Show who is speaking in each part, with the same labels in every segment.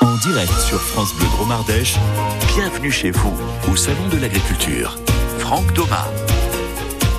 Speaker 1: en direct sur France Bleu Drôme Ardèche, bienvenue chez vous au Salon de l'Agriculture. Franck Thomas.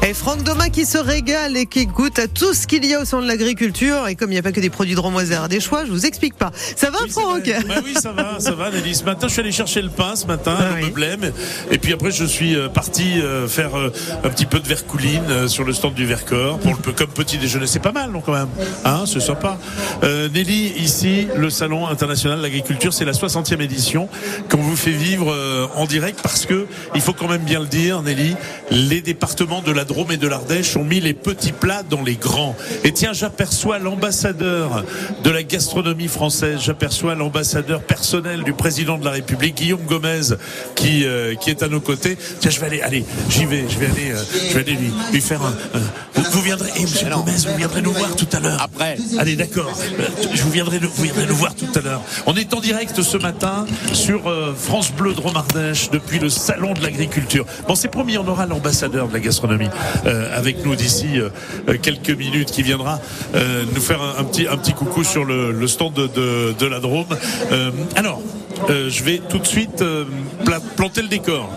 Speaker 2: Et Franck Domain qui se régale et qui goûte à tout ce qu'il y a au sein de l'agriculture. Et comme il n'y a pas que des produits drômois et des choix, je vous explique pas. Ça va,
Speaker 3: Oui, ça
Speaker 2: Franck
Speaker 3: va. Bah oui, ça va, ça va, Nelly. Ce matin, je suis allé chercher le pain ce matin,
Speaker 2: Ah
Speaker 3: le
Speaker 2: oui.
Speaker 3: blême. Et puis après, je suis euh, parti euh, faire euh, un petit peu de vercouline euh, sur le stand du Vercors pour le peu- comme petit déjeuner. C'est pas mal, non, quand même. Hein, c'est sympa. Euh, Nelly, ici, le Salon international de l'agriculture, c'est la 60e édition qu'on vous fait vivre euh, en direct parce que, il faut quand même bien le dire, Nelly, les départements de la Drôme et de l'Ardèche ont mis les petits plats dans les grands. Et tiens, j'aperçois l'ambassadeur de la gastronomie française, j'aperçois l'ambassadeur personnel du président de la République, Guillaume Gomez, qui, euh, qui est à nos côtés. Tiens, je vais aller, allez, j'y vais, je vais aller, euh, je vais aller lui, lui faire un. un- vous, vous viendrez, eh, monsieur Gomez, vous viendrez nous voir tout à l'heure.
Speaker 4: Après.
Speaker 3: Allez, d'accord. Euh, Je vous viendrai, le- vous viendrez le voir tout à l'heure. On est en direct ce matin sur euh, France Bleu de Romardèche depuis le salon de l'agriculture. Bon, c'est promis, on aura l'ambassadeur de la gastronomie euh, avec nous d'ici euh, euh, quelques minutes qui viendra euh, nous faire un, un petit un petit coucou sur le, le stand de, de- de la Drôme. Euh, alors, euh, je vais tout de suite euh, pla- planter le décor.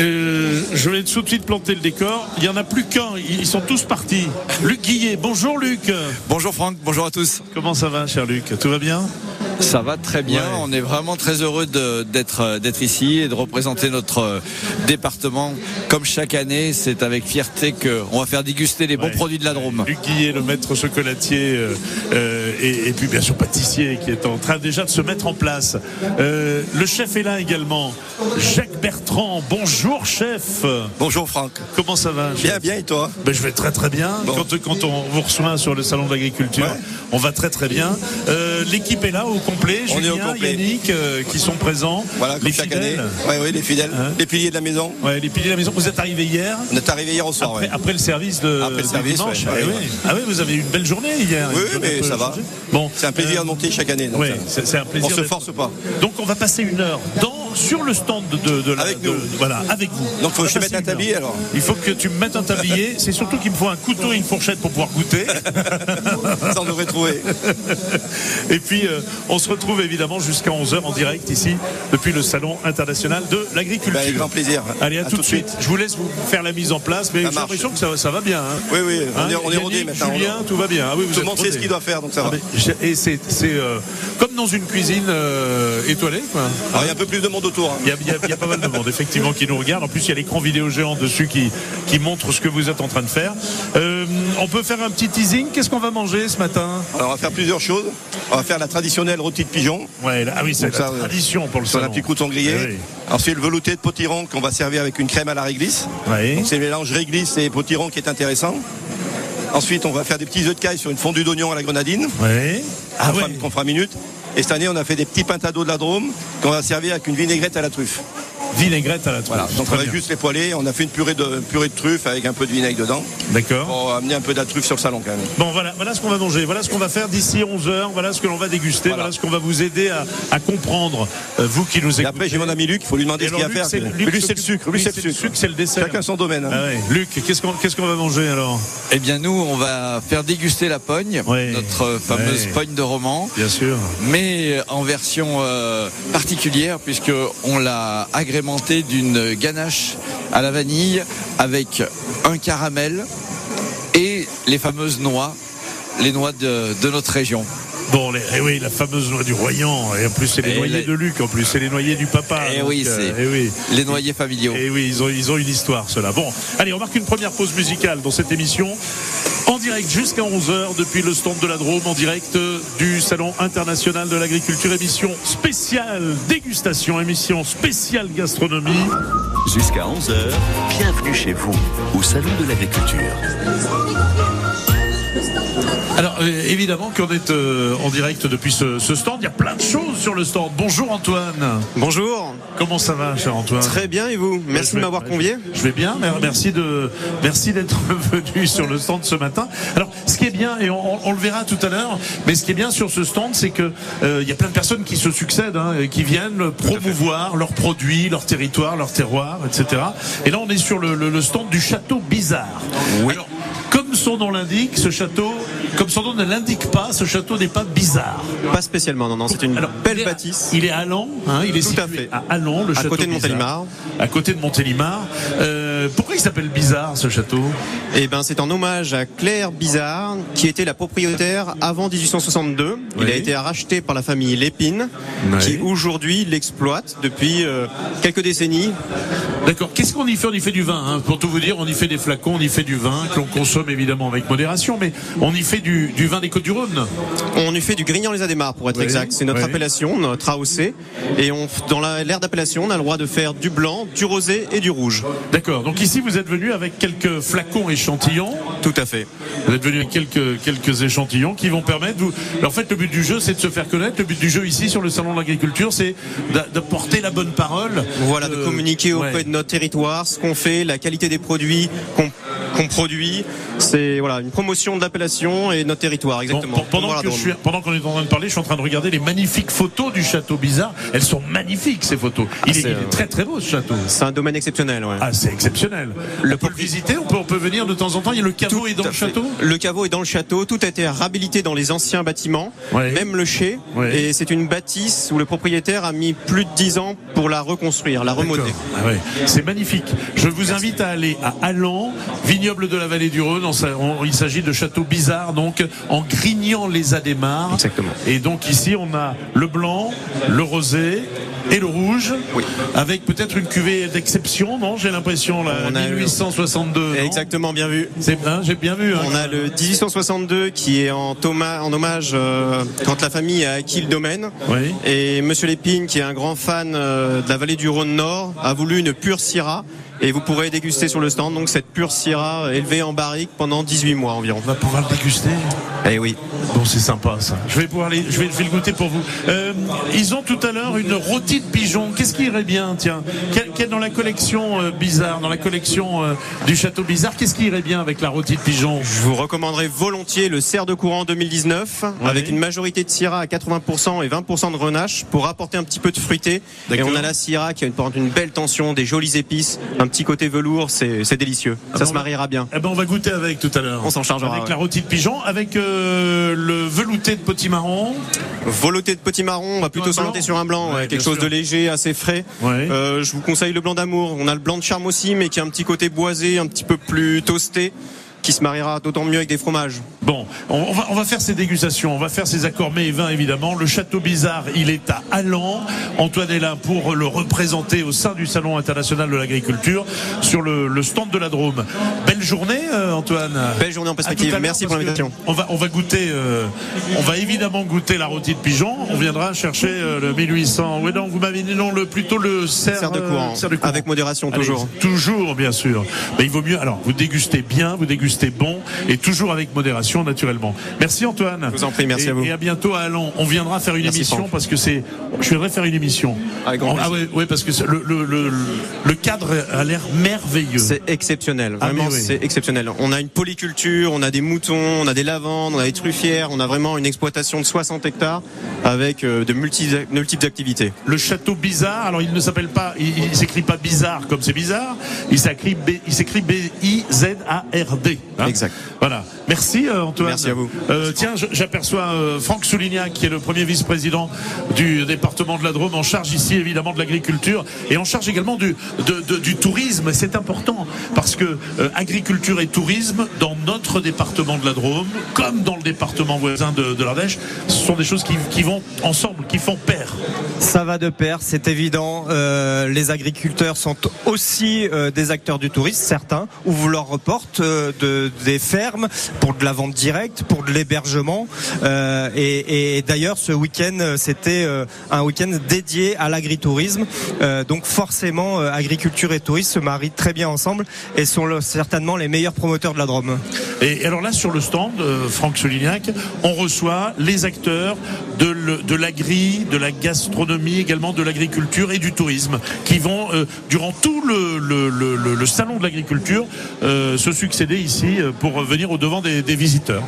Speaker 3: Euh, je vais tout de suite planter le décor. Il n'y en a plus qu'un. Ils sont tous partis. Luc Guillet. Bonjour Luc.
Speaker 4: Bonjour Franck, bonjour à tous.
Speaker 3: Comment ça va, cher Luc Tout va bien
Speaker 4: Ça va très bien,
Speaker 3: Ouais.
Speaker 4: on est vraiment très heureux de- d'être euh, d'être ici et de représenter notre euh, département. Comme chaque année, c'est avec fierté qu'on va faire déguster les bons
Speaker 3: Ouais.
Speaker 4: produits de la Drôme.
Speaker 3: Luc Guillet, le maître chocolatier, euh, euh, et, et puis bien sûr pâtissier, qui est en train déjà de se mettre en place. Euh, le chef est là également. Jacques Bertrand. Bonjour, chef.
Speaker 5: Bonjour Franck.
Speaker 3: Comment ça va chef
Speaker 5: Bien, bien et toi
Speaker 3: Ben, je vais très très bien. Quand, quand on vous reçoit sur le salon de l'agriculture, on va très très bien. Euh, L'équipe est là au complet.
Speaker 5: On est
Speaker 3: Julien,
Speaker 5: au complet.
Speaker 3: Yannick, euh, qui sont présents.
Speaker 5: Voilà, comme
Speaker 3: les
Speaker 5: chaque
Speaker 3: fidèles.
Speaker 5: année. Ouais, oui, les fidèles,
Speaker 3: Hein
Speaker 5: les piliers de la maison.
Speaker 3: Ouais, les piliers de la maison. Vous êtes arrivés hier.
Speaker 5: On est arrivé hier au soir.
Speaker 3: Après,
Speaker 5: ouais.
Speaker 3: après le service de,
Speaker 5: Après le
Speaker 3: du
Speaker 5: service,
Speaker 3: dimanche.
Speaker 5: ouais,
Speaker 3: Ah
Speaker 5: ouais,
Speaker 3: oui.
Speaker 5: ouais.
Speaker 3: Ah oui, vous avez eu une belle journée hier.
Speaker 5: Oui,
Speaker 3: Une journée
Speaker 5: mais
Speaker 3: un peu
Speaker 5: ça va.
Speaker 3: chargée. Bon, euh,
Speaker 5: C'est un plaisir de monter chaque année. donc
Speaker 3: Oui,
Speaker 5: ça-
Speaker 3: c'est c'est un plaisir.
Speaker 5: On se
Speaker 3: d'être-
Speaker 5: force pas.
Speaker 3: Donc on va passer une heure dans, sur le stand de, de la-
Speaker 5: Avec
Speaker 3: de-
Speaker 5: nous.
Speaker 3: voilà, avec vous.
Speaker 5: Donc, faut
Speaker 3: On va
Speaker 5: que je te mette
Speaker 3: passer
Speaker 5: un
Speaker 3: une heure.
Speaker 5: tablier, alors.
Speaker 3: Il faut que tu me mettes un tablier. C'est surtout qu'il me faut un couteau et une fourchette pour pouvoir goûter.
Speaker 5: Ça, on devrait trouver.
Speaker 3: Et puis, euh, on se retrouve évidemment jusqu'à 11h en direct ici, depuis le Salon international de l'agriculture.
Speaker 5: Ben, avec grand plaisir.
Speaker 3: Allez, à,
Speaker 5: À
Speaker 3: tout de suite. Je vous laisse vous faire la mise en place, mais j'ai
Speaker 5: Ça marche.
Speaker 3: l'impression que ça, va- ça va bien. hein.
Speaker 5: Oui, oui, on est- on est
Speaker 3: Yannick,
Speaker 5: rodés maintenant.
Speaker 3: Julien, tout va bien. Ah oui, vous
Speaker 5: Tout le
Speaker 3: êtes
Speaker 5: monde sait ce
Speaker 3: rodés.
Speaker 5: qu'il doit faire, donc ça
Speaker 3: Ah,
Speaker 5: va.
Speaker 3: mais j'ai- et c'est c'est, euh, comme dans une cuisine euh, étoilée, quoi.
Speaker 5: Alors, il y a un peu plus de monde autour. hein.
Speaker 3: Il y, a, il y a- il y a pas mal de monde, effectivement, qui nous regarde. En plus, il y a l'écran vidéo géant dessus qui, qui montre ce que vous êtes en train de faire. Euh, on peut faire un petit teasing. Qu'est-ce qu'on va manger ce matin
Speaker 5: Alors, on va faire plusieurs choses. On va faire la traditionnelle rôtie de pigeon.
Speaker 3: ouais, là- Ah oui, c'est
Speaker 5: Donc
Speaker 3: la
Speaker 5: ça, euh,
Speaker 3: tradition pour le
Speaker 5: Sur un
Speaker 3: salon.
Speaker 5: petit crouton
Speaker 3: Eh
Speaker 5: grillé.
Speaker 3: oui.
Speaker 5: Ensuite, le velouté de potiron qu'on va servir avec une crème à la réglisse.
Speaker 3: Ouais.
Speaker 5: Donc, C'est le mélange réglisse et potiron qui est intéressant. Ensuite, on va faire des petits œufs de caille sur une fondue d'oignon à la grenadine.
Speaker 3: Ouais. Ah
Speaker 5: qu'on fera-
Speaker 3: ouais.
Speaker 5: qu'on fera minute. Et cette année, on a fait des petits pintados de la Drôme qu'on va servir avec une vinaigrette à la truffe.
Speaker 3: Vinaigrette à la truffe.
Speaker 5: Voilà. Donc on
Speaker 3: Ah, Très
Speaker 5: va
Speaker 3: bien.
Speaker 5: juste les poêler. On a fait une purée de, purée de truffe avec un peu de vinaigre dedans
Speaker 3: D'accord.
Speaker 5: pour amener un peu de la truffe sur le salon quand même.
Speaker 3: Bon, voilà, voilà ce qu'on va manger, voilà ce qu'on va faire d'ici 11h, voilà ce que l'on va déguster, voilà, ce qu'on va vous aider à, à comprendre, euh, vous qui nous
Speaker 5: Et
Speaker 3: écoutez.
Speaker 5: après, j'ai mon ami Luc, il faut lui demander
Speaker 3: Et
Speaker 5: ce qu'il
Speaker 3: alors,
Speaker 5: a à
Speaker 3: Luc,
Speaker 5: faire.
Speaker 3: c'est-
Speaker 5: Mais
Speaker 3: Luc
Speaker 5: Lui, c'est le
Speaker 3: s'occupe-
Speaker 5: sucre.
Speaker 3: lui,
Speaker 5: Lui, c'est le sucre.
Speaker 3: c'est le dessert.
Speaker 5: Chacun son domaine. hein.
Speaker 3: Ah ouais. Luc, qu'est-ce qu'on qu'est-ce qu'on va manger alors
Speaker 4: Eh bien nous, on va faire déguster la pogne,
Speaker 3: Ouais.
Speaker 4: notre euh, fameuse
Speaker 3: Ouais.
Speaker 4: pogne de roman,
Speaker 3: Bien sûr.
Speaker 4: mais en version euh, particulière puisque on l'a agrémentée d'une ganache à la vanille avec un caramel et les fameuses noix, les noix de- de notre région.
Speaker 3: Bon, les, eh oui, la fameuse noix du Royan. Et en plus, c'est les
Speaker 4: Et
Speaker 3: noyers
Speaker 4: les-
Speaker 3: de Luc. En plus, c'est les noyers du papa.
Speaker 4: Eh
Speaker 3: donc,
Speaker 4: oui,
Speaker 3: euh,
Speaker 4: c'est-
Speaker 3: eh oui.
Speaker 4: Les noyers familiaux.
Speaker 3: Et oui, ils ont, ils ont une histoire, cela. Bon, allez, on marque une première pause musicale dans cette émission. En direct jusqu'à 11h depuis le stand de la Drôme, en direct euh, du Salon international de l'agriculture. Émission spéciale dégustation, émission spéciale gastronomie.
Speaker 1: Jusqu'à 11h, bienvenue chez vous au Salon de l'Agriculture.
Speaker 3: Alors, euh, évidemment qu'on est euh, en direct depuis ce, ce stand. Il y a plein de choses sur le stand. Bonjour Antoine.
Speaker 6: Bonjour,
Speaker 3: Comment ça va, cher Antoine
Speaker 6: très bien et vous Merci
Speaker 3: Euh, Je vais-
Speaker 6: de m'avoir convié.
Speaker 3: Je vais bien, mer- merci de merci d'être venu sur le stand ce matin. Alors, ce qui est bien, et on, on- on le verra tout à l'heure, mais ce qui est bien sur ce stand, c'est que euh, il y a plein de personnes qui se succèdent, hein, et qui viennent promouvoir leurs produits, leur territoire, leur terroir, etc. Et là, on est sur le, le- le stand du château bizarre. Alors, comme son nom l'indique, ce château, comme son nom ne l'indique pas, ce château n'est pas bizarre.
Speaker 6: Pas spécialement, non, non. C'est une
Speaker 3: Alors, il
Speaker 6: belle
Speaker 3: est à-
Speaker 6: bâtisse.
Speaker 3: Il est à Allons, hein, il est
Speaker 6: Tout à
Speaker 3: situé
Speaker 6: fait.
Speaker 3: à Allons, le
Speaker 6: À
Speaker 3: château
Speaker 6: côté de
Speaker 3: bizarre.
Speaker 6: Montélimar.
Speaker 3: À côté de Montélimar. Euh, pourquoi il s'appelle Bizarre ce château
Speaker 6: Et ben, c'est en hommage à Claire Bizarre, qui était la propriétaire avant 1862. Il
Speaker 3: Oui.
Speaker 6: a été racheté par la famille Lépine,
Speaker 3: Oui.
Speaker 6: qui aujourd'hui l'exploite depuis euh, quelques décennies.
Speaker 3: D'accord. Qu'est-ce qu'on y fait On y fait du vin. hein. Pour tout vous dire, on y fait des flacons, on y fait du vin que l'on consomme évidemment avec modération, mais on y fait du, du vin des Côtes-du-Rhône.
Speaker 6: On y fait du grignan les adémars, pour être
Speaker 3: Oui,
Speaker 6: exact. C'est notre
Speaker 3: oui.
Speaker 6: appellation, notre AOC. Et on, dans la- l'ère d'appellation, on a le droit de faire du blanc, du rosé et du rouge.
Speaker 3: D'accord. Donc ici, vous êtes venu avec quelques flacons échantillons.
Speaker 6: Tout à fait.
Speaker 3: Vous êtes venu avec quelques, quelques échantillons qui vont permettre. Vous... En fait, le but du jeu, c'est de se faire connaître. Le but du jeu ici, sur le salon de l'agriculture, c'est d'a- de porter la bonne parole.
Speaker 6: Voilà,
Speaker 3: Euh,
Speaker 6: de communiquer auprès
Speaker 3: ouais.
Speaker 6: de notre territoire ce qu'on fait, la qualité des produits qu'on qu'on produit. C'est voilà une promotion de l'appellation et de notre territoire,
Speaker 3: Bon,
Speaker 6: exactement.
Speaker 3: pen- pendant
Speaker 6: Voilà,
Speaker 3: que je
Speaker 6: Drôme.
Speaker 3: suis- pendant qu'on est en train de parler, je suis en train de regarder les magnifiques photos du château bizarre. Elles sont magnifiques ces photos. Il, est,
Speaker 6: c'est,
Speaker 3: il est
Speaker 6: euh,
Speaker 3: très très beau ce château.
Speaker 6: C'est un domaine exceptionnel. Ouais.
Speaker 3: Ah, c'est exceptionnel. on peut le visiter, on peut, on peut venir de temps en temps. Il y a le caveau est dans
Speaker 6: Tout
Speaker 3: le
Speaker 6: à fait.
Speaker 3: château.
Speaker 6: Le caveau est dans le château, tout a été réhabilité dans les anciens bâtiments,
Speaker 3: Ouais.
Speaker 6: même le chai.
Speaker 3: Ouais.
Speaker 6: Et c'est une bâtisse où le propriétaire a mis plus de 10 ans pour la reconstruire, la remodeler.
Speaker 3: D'accord. Ah ouais. C'est magnifique. Je vous invite à aller à Allan, vignoble de la vallée du Rhône. On s'a- on- il s'agit de châteaux bizarres, donc en grignant les adémars.
Speaker 6: Exactement.
Speaker 3: Et donc ici, on a le blanc, le rosé. Et le rouge, avec peut-être une cuvée d'exception, non J'ai l'impression, là,
Speaker 6: On a le-
Speaker 3: 1862. non
Speaker 6: Exactement, bien vu.
Speaker 3: C'est hein, j'ai bien vu. hein.
Speaker 6: On a le 1862 qui est en, Thomas, en hommage euh, quand la famille a acquis le domaine.
Speaker 3: Oui.
Speaker 6: Et Monsieur Lépine, qui est un grand fan euh, de la vallée du Rhône Nord, a voulu une pure Syrah. Et vous pourrez déguster sur le stand donc cette pure Syrah élevée en barrique pendant 18 mois environ.
Speaker 3: On va pouvoir le déguster.
Speaker 6: Eh oui.
Speaker 3: Bon, c'est sympa ça. Je vais pouvoir les, je vais, je vais le goûter pour vous. Euh, ils ont tout à l'heure une rôtie de pigeon. Qu'est-ce qui irait bien, tiens Quelle quelle dans la collection euh, bizarre, dans la collection euh, du château bizarre, qu'est-ce qui irait bien avec la rôtie de pigeon
Speaker 6: Je vous recommanderais volontiers le cerf de courant 2019
Speaker 3: Oui.
Speaker 6: avec une majorité de Syrah à 80% et 20% de Grenache pour apporter un petit peu de fruité. Et
Speaker 3: D'accord.
Speaker 6: on a la Syrah qui a une, porte une belle tension, des jolies épices, un petit côté velours, c'est c'est délicieux.
Speaker 3: Ah
Speaker 6: Ça
Speaker 3: bon
Speaker 6: se mariera bien.
Speaker 3: Eh ben, on va goûter avec tout à l'heure.
Speaker 6: On s'en chargera,
Speaker 3: Avec
Speaker 6: ouais.
Speaker 3: la rôtie de pigeon, avec euh, le velouté de potimarron.
Speaker 6: Voloté de petit marron, on va
Speaker 3: Un
Speaker 6: plutôt s'orienter
Speaker 3: blanc.
Speaker 6: sur un blanc,
Speaker 3: Ouais,
Speaker 6: ouais, quelque
Speaker 3: bien
Speaker 6: chose
Speaker 3: sûr.
Speaker 6: de léger, assez frais.
Speaker 3: Ouais.
Speaker 6: Euh, je vous conseille le blanc d'amour. On a le blanc de charme aussi, mais qui a un petit côté boisé, un petit peu plus toasté, qui se mariera d'autant mieux avec des fromages.
Speaker 3: Bon, on, on va, on va faire ces dégustations, on va faire ces accords mets et vins évidemment. Le Château Bizarre, il est à Allan. Antoine est là pour le représenter au sein du Salon international de l'agriculture sur le, le stand de la Drôme. Belle journée, euh, Antoine.
Speaker 6: Belle journée en
Speaker 3: À
Speaker 6: perspective.
Speaker 3: tout à l'heure,
Speaker 6: Merci pour
Speaker 3: parce
Speaker 6: l'invitation.
Speaker 3: que On va, on va goûter, euh, on va évidemment goûter la rôtie de pigeon. On viendra chercher euh, le 1800. Oui, non, vous m'avez dit non, le, plutôt le cerf,
Speaker 6: Cerf de
Speaker 3: euh,
Speaker 6: courant.
Speaker 3: cerf de courant.
Speaker 6: Avec modération,
Speaker 3: Allez,
Speaker 6: toujours.
Speaker 3: Toujours, bien sûr. Mais il vaut mieux. Alors, vous dégustez bien, vous dégustez bon, et toujours avec modération, naturellement. Merci Antoine.
Speaker 6: Je vous en prie, merci
Speaker 3: Et-
Speaker 6: à vous.
Speaker 3: Et à bientôt à Allons. On viendra faire une
Speaker 6: Merci,
Speaker 3: émission
Speaker 6: Franck.
Speaker 3: parce que c'est. Je viendrai faire une émission.
Speaker 6: Avec grand
Speaker 3: ah
Speaker 6: plaisir.
Speaker 3: ouais, ouais, parce que c'est- le, le, le, le cadre a l'air merveilleux.
Speaker 6: C'est exceptionnel,
Speaker 3: Ah,
Speaker 6: vraiment
Speaker 3: mais oui.
Speaker 6: c'est exceptionnel. On a une polyculture, on a des moutons, on a des lavandes, on a des truffières, on a vraiment une exploitation de 60 hectares avec euh, de multi- multiples activités.
Speaker 3: Le château bizarre. Alors, il ne s'appelle pas. Il, il s'écrit pas bizarre comme c'est bizarre. Il s'écrit B. Il s'écrit B I Z A R D. hein.
Speaker 6: Exact.
Speaker 3: Voilà. Merci euh, Antoine.
Speaker 6: Merci à vous.
Speaker 3: Euh, tiens, je- j'aperçois euh, Franck Soulignac, qui est le premier vice-président du département de la Drôme, en charge ici évidemment de l'agriculture et en charge également du, de- de- du tourisme. C'est important parce que euh, agriculture et tourisme dans notre département de la Drôme, comme dans le département voisin de, de l'Ardèche, ce sont des choses qui, qui vont ensemble, qui font pair.
Speaker 7: Ça va de pair, c'est évident. Euh, les agriculteurs sont aussi euh, des acteurs du tourisme, certains, où vous leur reporte euh, de, des fermes pour de la vente directe, pour de l'hébergement. Euh, et et d'ailleurs, ce week-end, euh, c'était euh, un week-end dédié à l'agritourisme. Euh, donc forcément, euh, agriculture et tourisme se marient très bien ensemble et sont le- certainement les meilleurs promoteurs de la Drôme.
Speaker 3: Et alors là, sur le stand, euh, Franck Solignac, on reçoit les acteurs de, le- de l'agri, de la gastronomie, également de l'agriculture et du tourisme, qui vont, euh, durant tout le, le- le- le- le salon de l'agriculture, euh, se succéder ici euh, pour venir au devant des, des visiteurs.